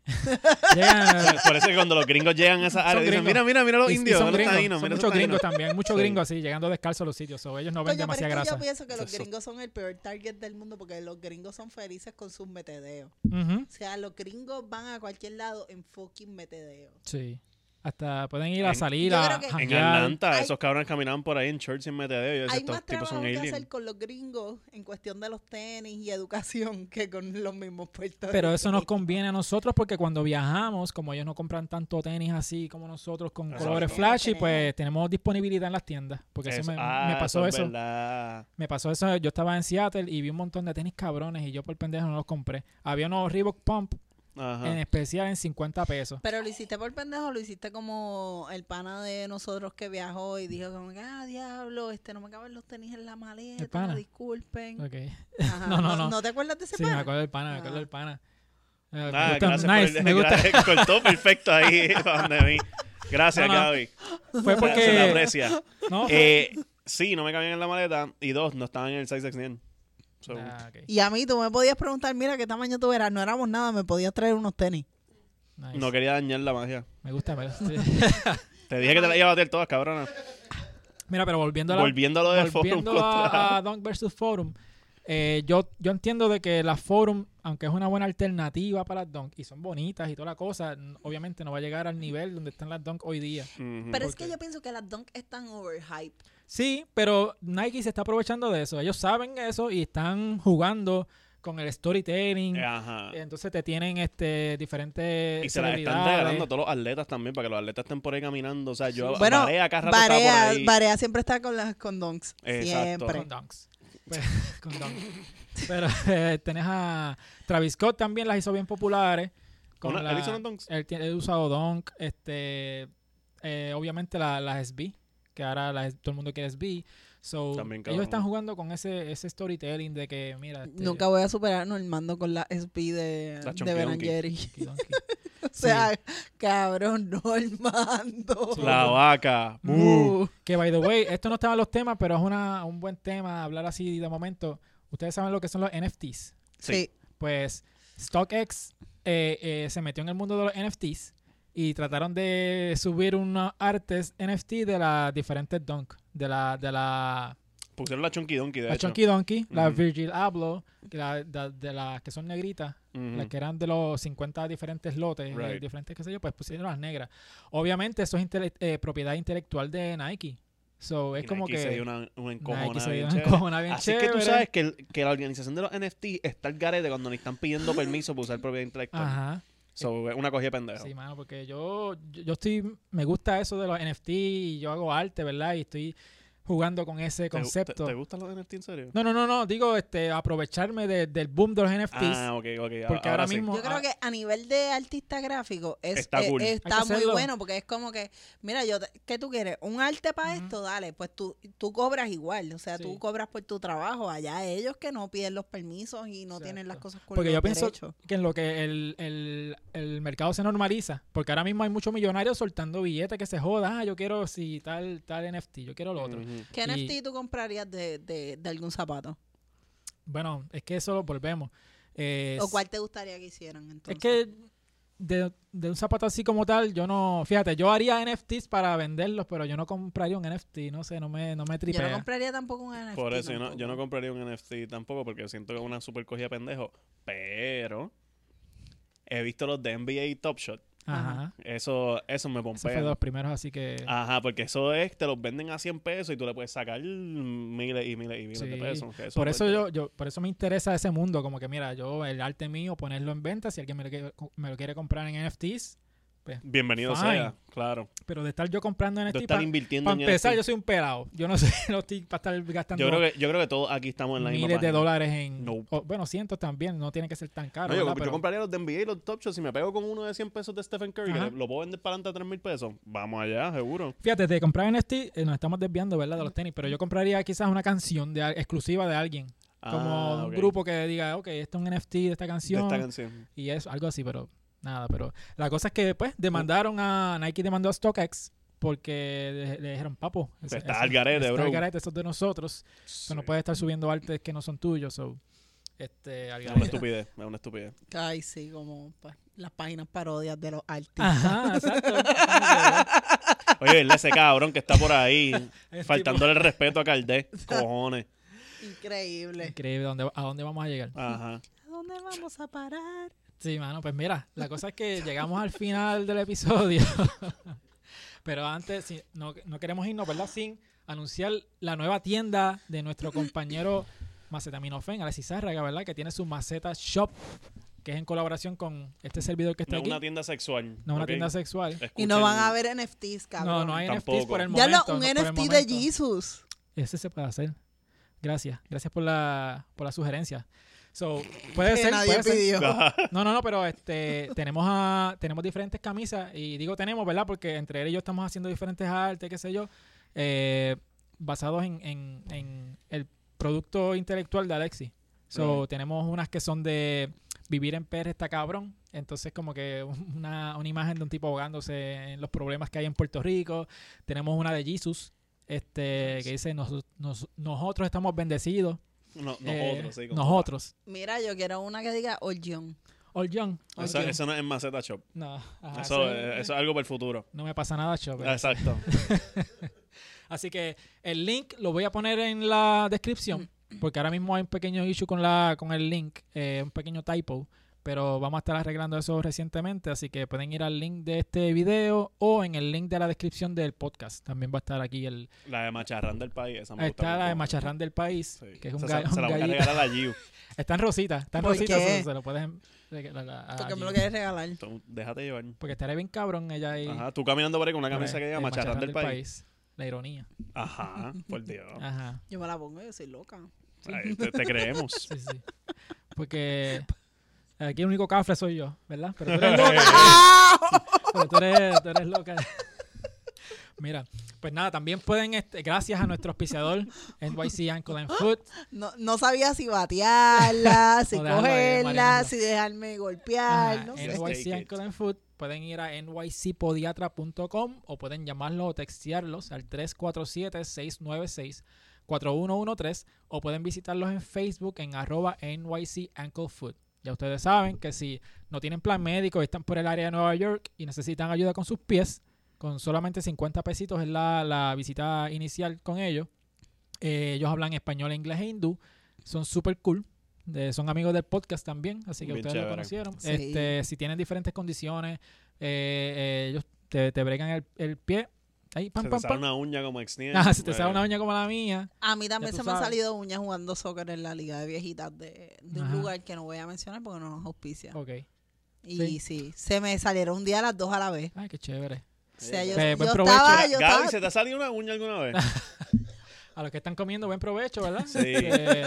Speaker 1: Llegan,
Speaker 2: Por eso que cuando los gringos llegan a esa área, dicen,
Speaker 1: gringos.
Speaker 2: mira, mira, mira los
Speaker 1: y- y
Speaker 2: indios,
Speaker 1: son
Speaker 2: mira los
Speaker 1: gringos,
Speaker 2: taínos,
Speaker 1: son
Speaker 2: mira
Speaker 1: muchos
Speaker 2: esos
Speaker 1: gringos
Speaker 2: taínos.
Speaker 1: también, muchos
Speaker 2: Sí.
Speaker 1: gringos así, llegando descalzos a los sitios. O ellos no ven
Speaker 3: Coño, pero es
Speaker 1: demasiada
Speaker 3: que
Speaker 1: grasa.
Speaker 3: Pues yo pienso que los
Speaker 2: Eso-
Speaker 3: gringos son el peor target del mundo porque los gringos son felices con sus metedeos.
Speaker 1: Ujú,
Speaker 3: O sea, los gringos van a cualquier lado en fucking metedeo.
Speaker 1: Sí. Hasta pueden ir a
Speaker 2: En-
Speaker 1: salir
Speaker 3: Yo
Speaker 1: a
Speaker 3: creo que- En
Speaker 2: En
Speaker 1: janguear.
Speaker 2: Atlanta,
Speaker 3: Hay-
Speaker 2: esos cabrones caminaban por ahí en shorts y en metedeo. Yo decía,
Speaker 3: Hay
Speaker 2: estos
Speaker 3: más
Speaker 2: tipos
Speaker 3: trabajo
Speaker 2: son
Speaker 3: que
Speaker 2: aliens.
Speaker 3: hacer con los gringos en cuestión de los tenis y educación que con los mismos puertos.
Speaker 1: Pero eso nos conviene a nosotros porque cuando viajamos, como ellos no compran tanto tenis así como nosotros con
Speaker 2: Exacto.
Speaker 1: colores
Speaker 3: Tenemos que
Speaker 1: flashy,
Speaker 3: tener-
Speaker 1: pues tenemos disponibilidad en las tiendas. Porque eso,
Speaker 2: Eso-
Speaker 1: me,
Speaker 2: ah,
Speaker 1: me pasó
Speaker 2: es
Speaker 1: eso.
Speaker 2: verdad.
Speaker 1: Me pasó eso, yo estaba en Seattle y vi un montón de tenis cabrones y yo por pendejo no los compré. Había unos Reebok Pump
Speaker 2: Ajá.
Speaker 1: en especial en 50 pesos.
Speaker 3: Pero lo hiciste por pendejo, lo hiciste como el pana de nosotros que viajó y dijo como que, ah, diablo, este no me caben los tenis en la maleta,
Speaker 1: ¿El pana?
Speaker 3: disculpen.
Speaker 1: Ok.
Speaker 3: Ajá,
Speaker 1: No, no, no.
Speaker 3: te acuerdas de ese
Speaker 1: Sí, me
Speaker 3: pana?
Speaker 1: acuerdo del pana, me
Speaker 3: Ah.
Speaker 1: acuerdo del pana. Eh, me
Speaker 2: Ah,
Speaker 1: gusta-
Speaker 2: gracias
Speaker 1: nice,
Speaker 2: por
Speaker 1: me
Speaker 2: el,
Speaker 1: gusta.
Speaker 2: gracias- cortó perfecto ahí para donde mí. Gracias,
Speaker 1: No, no.
Speaker 2: Gaby.
Speaker 1: Fue
Speaker 2: Se le
Speaker 1: porque...
Speaker 2: aprecia.
Speaker 1: No,
Speaker 2: Eh, sí, no me cabían en la maleta. Y dos, no estaban en el 6X100. So,
Speaker 1: Ah, ok.
Speaker 3: Y a mí tú me podías preguntar, mira, qué tamaño tú eras, no éramos nada, me podías traer unos tenis.
Speaker 1: Nice.
Speaker 2: no quería dañar la magia.
Speaker 1: Me gusta. me- sí.
Speaker 2: Te dije que te la iba a bater todas, cabrona.
Speaker 1: Mira, pero volviendo a la,
Speaker 2: Volviendo a lo del forum
Speaker 1: volviendo
Speaker 2: contra...
Speaker 1: a, a Dunk versus Forum, eh, yo, yo entiendo de que la Forum, aunque es una buena alternativa para las Dunk y son bonitas y toda la cosa, n- obviamente no va a llegar al nivel donde están las Dunk hoy día.
Speaker 2: Ujú.
Speaker 3: Pero es
Speaker 1: ¿Por
Speaker 3: que
Speaker 1: qué?
Speaker 3: yo pienso que las Dunk están overhyped.
Speaker 1: Sí, pero Nike se está aprovechando de eso. Ellos saben eso y están jugando con el storytelling.
Speaker 2: Ajá.
Speaker 1: Entonces te tienen este diferentes
Speaker 2: Y se las están
Speaker 1: Eh, celebridades.
Speaker 2: regalando a todos los atletas también, para que los atletas estén por ahí caminando. O sea, yo
Speaker 3: Bueno,
Speaker 2: Barea cada rato está
Speaker 3: Varea,
Speaker 2: por ahí.
Speaker 3: Varea siempre está con las con donks.
Speaker 2: Exacto.
Speaker 3: Siempre.
Speaker 1: con dunks. Pues, con dunks. Pero eh, tenés a Travis Scott también las hizo bien populares. Con
Speaker 2: Una-
Speaker 1: la-
Speaker 2: ¿Él hizo unos dunks?
Speaker 1: Él, tiene- él ha usado Donk, este, eh, obviamente la- las SB, que ahora las- todo el mundo quiere SB. So,
Speaker 2: También, cabrón.
Speaker 1: ellos están jugando con ese, ese storytelling de que, mira, este,
Speaker 3: Nunca voy a superar a Normando con la SP de,
Speaker 2: La
Speaker 3: de Ben and
Speaker 2: chompionqui.
Speaker 3: Jerry.
Speaker 1: Donkey Donkey.
Speaker 3: O sea, cabrón, Normando.
Speaker 2: La vaca.
Speaker 1: Uh. Que, by the way, esto no estaba en los temas, pero es una, un buen tema hablar así de momento. Ustedes saben lo que son los NFTs.
Speaker 3: Sí.
Speaker 1: pues StockX eh, eh, se metió en el mundo de los NFTs y trataron de subir unos artes NFT de las diferentes Dunk. de la, de la,
Speaker 2: Pusieron la Chunky Donkey, de
Speaker 1: la
Speaker 2: hecho.
Speaker 1: Chunky Donkey, la
Speaker 2: Ujú.
Speaker 1: Virgil Abloh, que la- da- de las que son negritas,
Speaker 2: Ujú.
Speaker 1: las que eran de los 50 diferentes lotes, eh,
Speaker 2: Mm. Right.
Speaker 1: diferentes qué sé yo, pues pusieron las negras. Obviamente eso es intele- eh, propiedad intelectual de Nike. So, es
Speaker 2: Y
Speaker 1: como
Speaker 2: Nike se
Speaker 1: que
Speaker 2: dio una, una
Speaker 1: Nike se
Speaker 2: encojonada
Speaker 1: dio
Speaker 2: bien
Speaker 1: una
Speaker 2: chévere.
Speaker 1: encojona bien
Speaker 2: Así que tú
Speaker 1: chévere.
Speaker 2: sabes que, el- que la organización de los NFT está al garete cuando le están pidiendo permiso para usar propiedad intelectual.
Speaker 1: Ajá.
Speaker 2: So, es una cogida de pendejo.
Speaker 1: Sí, mano, porque yo, yo, yo estoy, me gusta eso de los NFT y yo hago arte, ¿verdad? Y estoy jugando con ese
Speaker 2: ¿Te gu-
Speaker 1: concepto.
Speaker 2: ¿Te, te gustan los NFT en serio?
Speaker 1: no, no, no, no, digo, este, aprovecharme de- del boom de los NFTs.
Speaker 2: Ah, ok, ok. a-
Speaker 1: Porque ahora
Speaker 2: sí.
Speaker 1: mismo-
Speaker 3: Yo creo
Speaker 1: Ah.
Speaker 3: que a nivel de artista gráfico es,
Speaker 2: Está
Speaker 3: eh,
Speaker 2: cool.
Speaker 1: Hay
Speaker 3: está
Speaker 1: que
Speaker 3: muy
Speaker 1: hacerlo.
Speaker 3: bueno porque es como que, mira, yo te- ¿qué tú quieres? ¿Un arte para
Speaker 1: Ujú.
Speaker 3: esto? Dale, pues tú, tú cobras igual, o sea,
Speaker 1: Sí.
Speaker 3: tú cobras por tu trabajo, allá ellos que no piden los permisos y no tienen las
Speaker 1: Exacto.
Speaker 3: cosas con
Speaker 1: Porque
Speaker 3: los
Speaker 1: yo pienso-
Speaker 3: derechos.
Speaker 1: que en lo que el, el, el mercado se normaliza. Porque ahora mismo hay muchos millonarios soltando billetes que se joda. Ah, yo quiero si tal, tal NFT, yo quiero lo otro.
Speaker 2: Ujú.
Speaker 3: ¿Qué
Speaker 1: y-
Speaker 3: NFT tú comprarías de, de- de algún zapato?
Speaker 1: Bueno, es que eso lo volvemos. Eh,
Speaker 3: ¿O cuál te gustaría que hicieran entonces?
Speaker 1: es que de, de un zapato así como tal, yo no. Fíjate, yo haría NFTs para venderlos, pero yo no compraría un NFT. No sé, no me, no me
Speaker 3: yo no
Speaker 1: tripea.
Speaker 3: compraría tampoco un NFT.
Speaker 2: Por eso yo no, yo no
Speaker 3: tampoco.
Speaker 2: compraría un NFT tampoco porque siento que es una super cogida de pendejo. Pero he visto los de NBA Top Shot.
Speaker 1: Ajá.
Speaker 2: Eso, eso me
Speaker 1: Ese fue de
Speaker 2: pompea.
Speaker 1: los primeros, así que.
Speaker 2: Ajá, porque eso es, te los venden a 100 pesos y tú le puedes sacar miles y miles y miles de
Speaker 1: Sí.
Speaker 2: pesos. que
Speaker 1: por
Speaker 2: pues,
Speaker 1: eso yo, yo, por eso me interesa ese mundo, como que mira, yo el arte mío, ponerlo en venta, si alguien me lo quiere, me lo quiere comprar en NFTs,
Speaker 2: Bienvenido
Speaker 1: Fine. Este,
Speaker 2: sea, claro.
Speaker 1: pero de estar yo comprando
Speaker 2: Tú
Speaker 1: NFT
Speaker 2: estás
Speaker 1: para
Speaker 2: invirtiendo en
Speaker 1: empezar
Speaker 2: NFT.
Speaker 1: yo soy un pelado yo no sé no estoy para estar gastando
Speaker 2: Yo creo que, yo creo que todos aquí estamos en la misma
Speaker 1: miles de
Speaker 2: página.
Speaker 1: dólares en
Speaker 2: Nope.
Speaker 1: o, bueno cientos también no tiene que ser tan caro
Speaker 2: No, yo,
Speaker 1: ¿verdad?
Speaker 2: yo
Speaker 1: Pero-
Speaker 2: compraría los de NBA y los Top Shots. Si me pego con uno de 100 pesos de Stephen Curry, que
Speaker 1: Ajá.
Speaker 2: le- lo puedo vender para adelante a 3 mil pesos. Vamos allá, seguro.
Speaker 1: fíjate de comprar NFT eh, nos estamos desviando verdad de los tenis pero yo compraría quizás una canción de al- exclusiva de alguien como
Speaker 2: Ah,
Speaker 1: un
Speaker 2: ok.
Speaker 1: grupo que diga ok este es un NFT de esta
Speaker 2: de
Speaker 1: canción
Speaker 2: esta canción.
Speaker 1: y es algo así, pero nada, pero la cosa es que
Speaker 2: Oh.
Speaker 1: pues demandaron a Nike demandó a StockX porque le, le dijeron, papo, ese-
Speaker 2: Pues Está
Speaker 1: ese-
Speaker 2: al garete,
Speaker 1: está
Speaker 2: bro.
Speaker 1: al garete, eso es de nosotros, tú no
Speaker 2: Sí.
Speaker 1: puedes estar subiendo artes que no son tuyos, so, este, al
Speaker 2: Es una
Speaker 1: garete.
Speaker 2: estupidez, es una estupidez.
Speaker 3: Ay, sí, como pues, las páginas parodias de los
Speaker 1: Ah.
Speaker 3: artistas.
Speaker 1: Ajá, exacto.
Speaker 2: Oye, el de ese cabrón que está por ahí,
Speaker 1: Es
Speaker 2: faltándole el respeto a Caldés. Cojones.
Speaker 1: tipo,
Speaker 3: Increíble.
Speaker 1: increíble dónde- a dónde vamos a llegar.
Speaker 2: Ajá.
Speaker 3: ¿A dónde vamos a parar?
Speaker 1: Sí, mano, pues mira, la cosa es que llegamos al final del episodio. Pero antes, si- no, no queremos irnos, ¿verdad? Sin anunciar la nueva tienda de nuestro compañero Macetaminofen, Alexis Zárraga, ¿verdad? Que tiene su Maceta Shop, que es en colaboración con este servidor que está
Speaker 2: No es
Speaker 1: aquí.
Speaker 2: una tienda sexual.
Speaker 1: no es una
Speaker 2: ¿ok? Eh,
Speaker 1: tienda sexual.
Speaker 2: Escuchen-
Speaker 3: Y no van a ver NFTs, cabrón.
Speaker 1: No, no hay NFTs por el
Speaker 3: Ya
Speaker 1: momento.
Speaker 3: lo, un
Speaker 1: no, por el
Speaker 3: NFT de
Speaker 1: momento.
Speaker 3: Jesus.
Speaker 1: Ese se puede hacer. Gracias. Gracias por la, por la sugerencia. So, puede ser, puede ser. No, no, no, pero este, tenemos a, tenemos diferentes camisas y digo tenemos, ¿verdad? Porque entre él y yo estamos haciendo diferentes artes, qué sé yo, eh, basados en, en- en el producto intelectual de Alexi. So,
Speaker 2: Right.
Speaker 1: tenemos unas que son de vivir en PR está cabrón, entonces como que una, una imagen de un tipo ahogándose en los problemas que hay en Puerto Rico. Tenemos una de Jesus, este, que dice "Nos- nos- nosotros estamos bendecidos.
Speaker 2: No,
Speaker 1: eh,
Speaker 2: nosotros, sí. con-
Speaker 1: nosotros.
Speaker 3: Mira, yo quiero una que diga Oljon.
Speaker 1: All young. all
Speaker 2: Eso,
Speaker 1: young.
Speaker 2: eso no es en Maceta Shop.
Speaker 1: No, ajá,
Speaker 2: eso,
Speaker 1: Ah, sí.
Speaker 2: eh, eso Ah. es algo para el futuro.
Speaker 1: No me pasa nada, Chopper.
Speaker 2: Exacto.
Speaker 1: Así que el link lo voy a poner en la descripción, porque ahora mismo hay un pequeño issue con, la, con el link, eh, un pequeño typo, pero vamos a estar arreglando eso recientemente, así que pueden ir al link de este video o en el link de la descripción del podcast. También va a estar aquí el...
Speaker 2: La de Macharrán del país. Esa me gusta
Speaker 1: Está la de
Speaker 2: mucho.
Speaker 1: Macharrán del País,
Speaker 2: Sí.
Speaker 1: que es un,
Speaker 2: Esa
Speaker 1: ga-
Speaker 2: se, se
Speaker 1: un
Speaker 2: la voy a
Speaker 1: gallito.
Speaker 2: regalar a Giu.
Speaker 1: Está en rosita, está en
Speaker 3: ¿Por
Speaker 1: rosita,
Speaker 3: qué?
Speaker 1: se, se lo puedes regalar a- a
Speaker 3: Porque me
Speaker 1: Gigi.
Speaker 3: lo quieres regalar.
Speaker 2: Tú, Déjate llevar.
Speaker 1: Porque estaré bien cabrón ella ahí.
Speaker 2: Ajá, tú caminando por ahí con una
Speaker 1: por
Speaker 2: camisa
Speaker 1: ahí,
Speaker 2: que diga
Speaker 1: el
Speaker 2: Macharrán del país.
Speaker 1: La ironía.
Speaker 2: Ajá, por Dios.
Speaker 1: Ajá.
Speaker 3: Yo me la pongo y yo soy loca.
Speaker 2: Ay, te, te creemos.
Speaker 1: Sí, sí. Porque aquí el único cafre soy yo, ¿verdad? Pero tú eres loca. Pero tú eres, tú eres loca. Mira, pues nada, también pueden, este, gracias a nuestro auspiciador NYC Ankle and Foot,
Speaker 3: No, no sabía si batearla, si
Speaker 1: No, déjalo ahí,
Speaker 3: cogerla,
Speaker 1: Mariana.
Speaker 3: si dejarme golpear,
Speaker 1: ajá,
Speaker 3: no sé.
Speaker 1: NYC Ankle and Foot, pueden ir a nycpodiatra.com o pueden llamarlos o textearlos al 347-696-4113 o pueden visitarlos en Facebook en arroba NYC Ankle Foot. Ya ustedes saben que si no tienen plan médico y están por el área de Nueva York y necesitan ayuda con sus pies, con solamente 50 pesitos es la, la visita inicial con ellos. Eh, ellos hablan español, inglés e hindú. Son súper cool. De- son amigos del podcast también, así que
Speaker 2: Bien
Speaker 1: ustedes lo
Speaker 2: chévere.
Speaker 1: conocieron.
Speaker 3: Sí.
Speaker 1: Este, si tienen diferentes condiciones, eh, eh, ellos te, te bregan el, el pie. Ahí, pam,
Speaker 2: se
Speaker 1: pam,
Speaker 2: te sale
Speaker 1: pam.
Speaker 2: una pues. uña como ex
Speaker 1: Ah, si te sale una uña como la mía.
Speaker 3: A mí también
Speaker 1: tú
Speaker 3: se me han
Speaker 1: sabes.
Speaker 3: salido uñas jugando soccer en la liga de viejitas de, de un
Speaker 1: Ajá.
Speaker 3: lugar que no voy a mencionar porque no nos auspicia.
Speaker 1: Ok. sí.
Speaker 3: Y sí. se me salieron un día las dos a la vez.
Speaker 1: Ay, qué chévere.
Speaker 3: O sea, yo,
Speaker 1: Eh,
Speaker 3: yo
Speaker 1: buen provecho.
Speaker 3: estaba, Ah, yo
Speaker 2: Gaby,
Speaker 3: estaba-
Speaker 2: ¿se te ha salido una uña alguna vez?
Speaker 1: A los que están comiendo, buen provecho, ¿verdad?
Speaker 2: Sí.
Speaker 1: Este,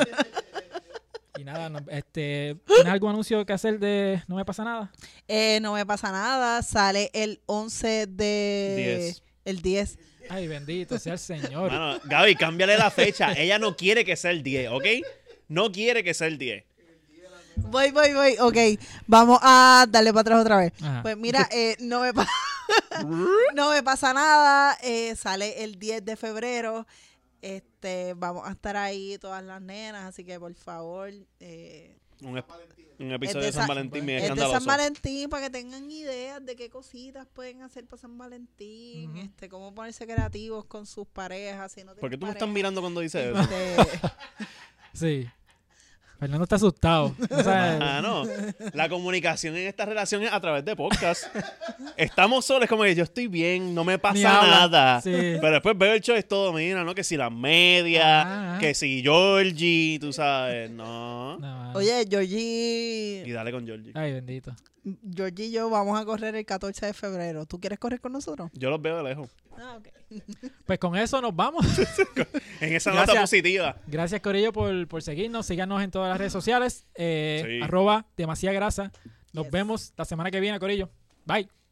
Speaker 1: y nada, no- este, ¿tienes algún anuncio que hacer de No me pasa nada?
Speaker 3: eh, no me pasa nada, sale el 11 de...
Speaker 2: Diez.
Speaker 3: El 10.
Speaker 1: Ay, bendito sea el Señor.
Speaker 2: Mano, Gaby, cámbiale la fecha. Ella no quiere que sea el 10, ¿ok? No quiere que sea el 10.
Speaker 3: Voy, voy, voy. Ok, vamos a darle para atrás otra vez.
Speaker 2: Ah.
Speaker 1: Ajá.
Speaker 3: Pues mira, eh, no, me pa- no me pasa nada. eh, sale el 10 de febrero. Este, vamos a estar ahí todas las nenas, así que por favor. eh,
Speaker 2: Un, ep- un episodio
Speaker 3: de
Speaker 2: de San
Speaker 3: Sa-
Speaker 2: Valentín bien
Speaker 1: Es
Speaker 3: es de
Speaker 2: escandaloso.
Speaker 3: San Valentín para que tengan ideas de qué cositas pueden hacer para San Valentín,
Speaker 1: Ujú.
Speaker 3: este, cómo ponerse creativos con sus parejas. Si no
Speaker 2: ¿Por qué
Speaker 3: tienen
Speaker 2: tú me estás
Speaker 3: pareja,
Speaker 2: mirando cuando dices eso?
Speaker 3: este,
Speaker 1: Sí. Fernando está asustado. O sea,
Speaker 2: Mano, Ah, la comunicación en esta relación es a través de podcast. Estamos solos, como que yo estoy bien, no me pasa
Speaker 1: Ni habla.
Speaker 2: nada.
Speaker 1: Sí.
Speaker 2: Pero después veo el show y es todo, mira, ¿no? Que si las medias,
Speaker 1: Ah.
Speaker 2: que si Georgie, tú sabes, no.
Speaker 1: no, mano.
Speaker 3: Oye,
Speaker 2: Y
Speaker 3: Georgie,
Speaker 2: dale con Georgie.
Speaker 1: Ay, bendito.
Speaker 3: Georgie y yo vamos a correr el 14 de febrero. ¿Tú quieres correr con nosotros?
Speaker 2: Yo los veo de lejos.
Speaker 3: Ah, ok.
Speaker 1: Pues con eso nos vamos.
Speaker 2: En esa nota
Speaker 1: Gracias.
Speaker 2: positiva.
Speaker 1: Gracias, Corillo, por, por seguirnos. Síganos en todas las redes sociales. Eh,
Speaker 2: Sí.
Speaker 1: Arroba demasiada grasa. Nos
Speaker 3: Yes.
Speaker 1: vemos la semana que viene, Corillo. Bye.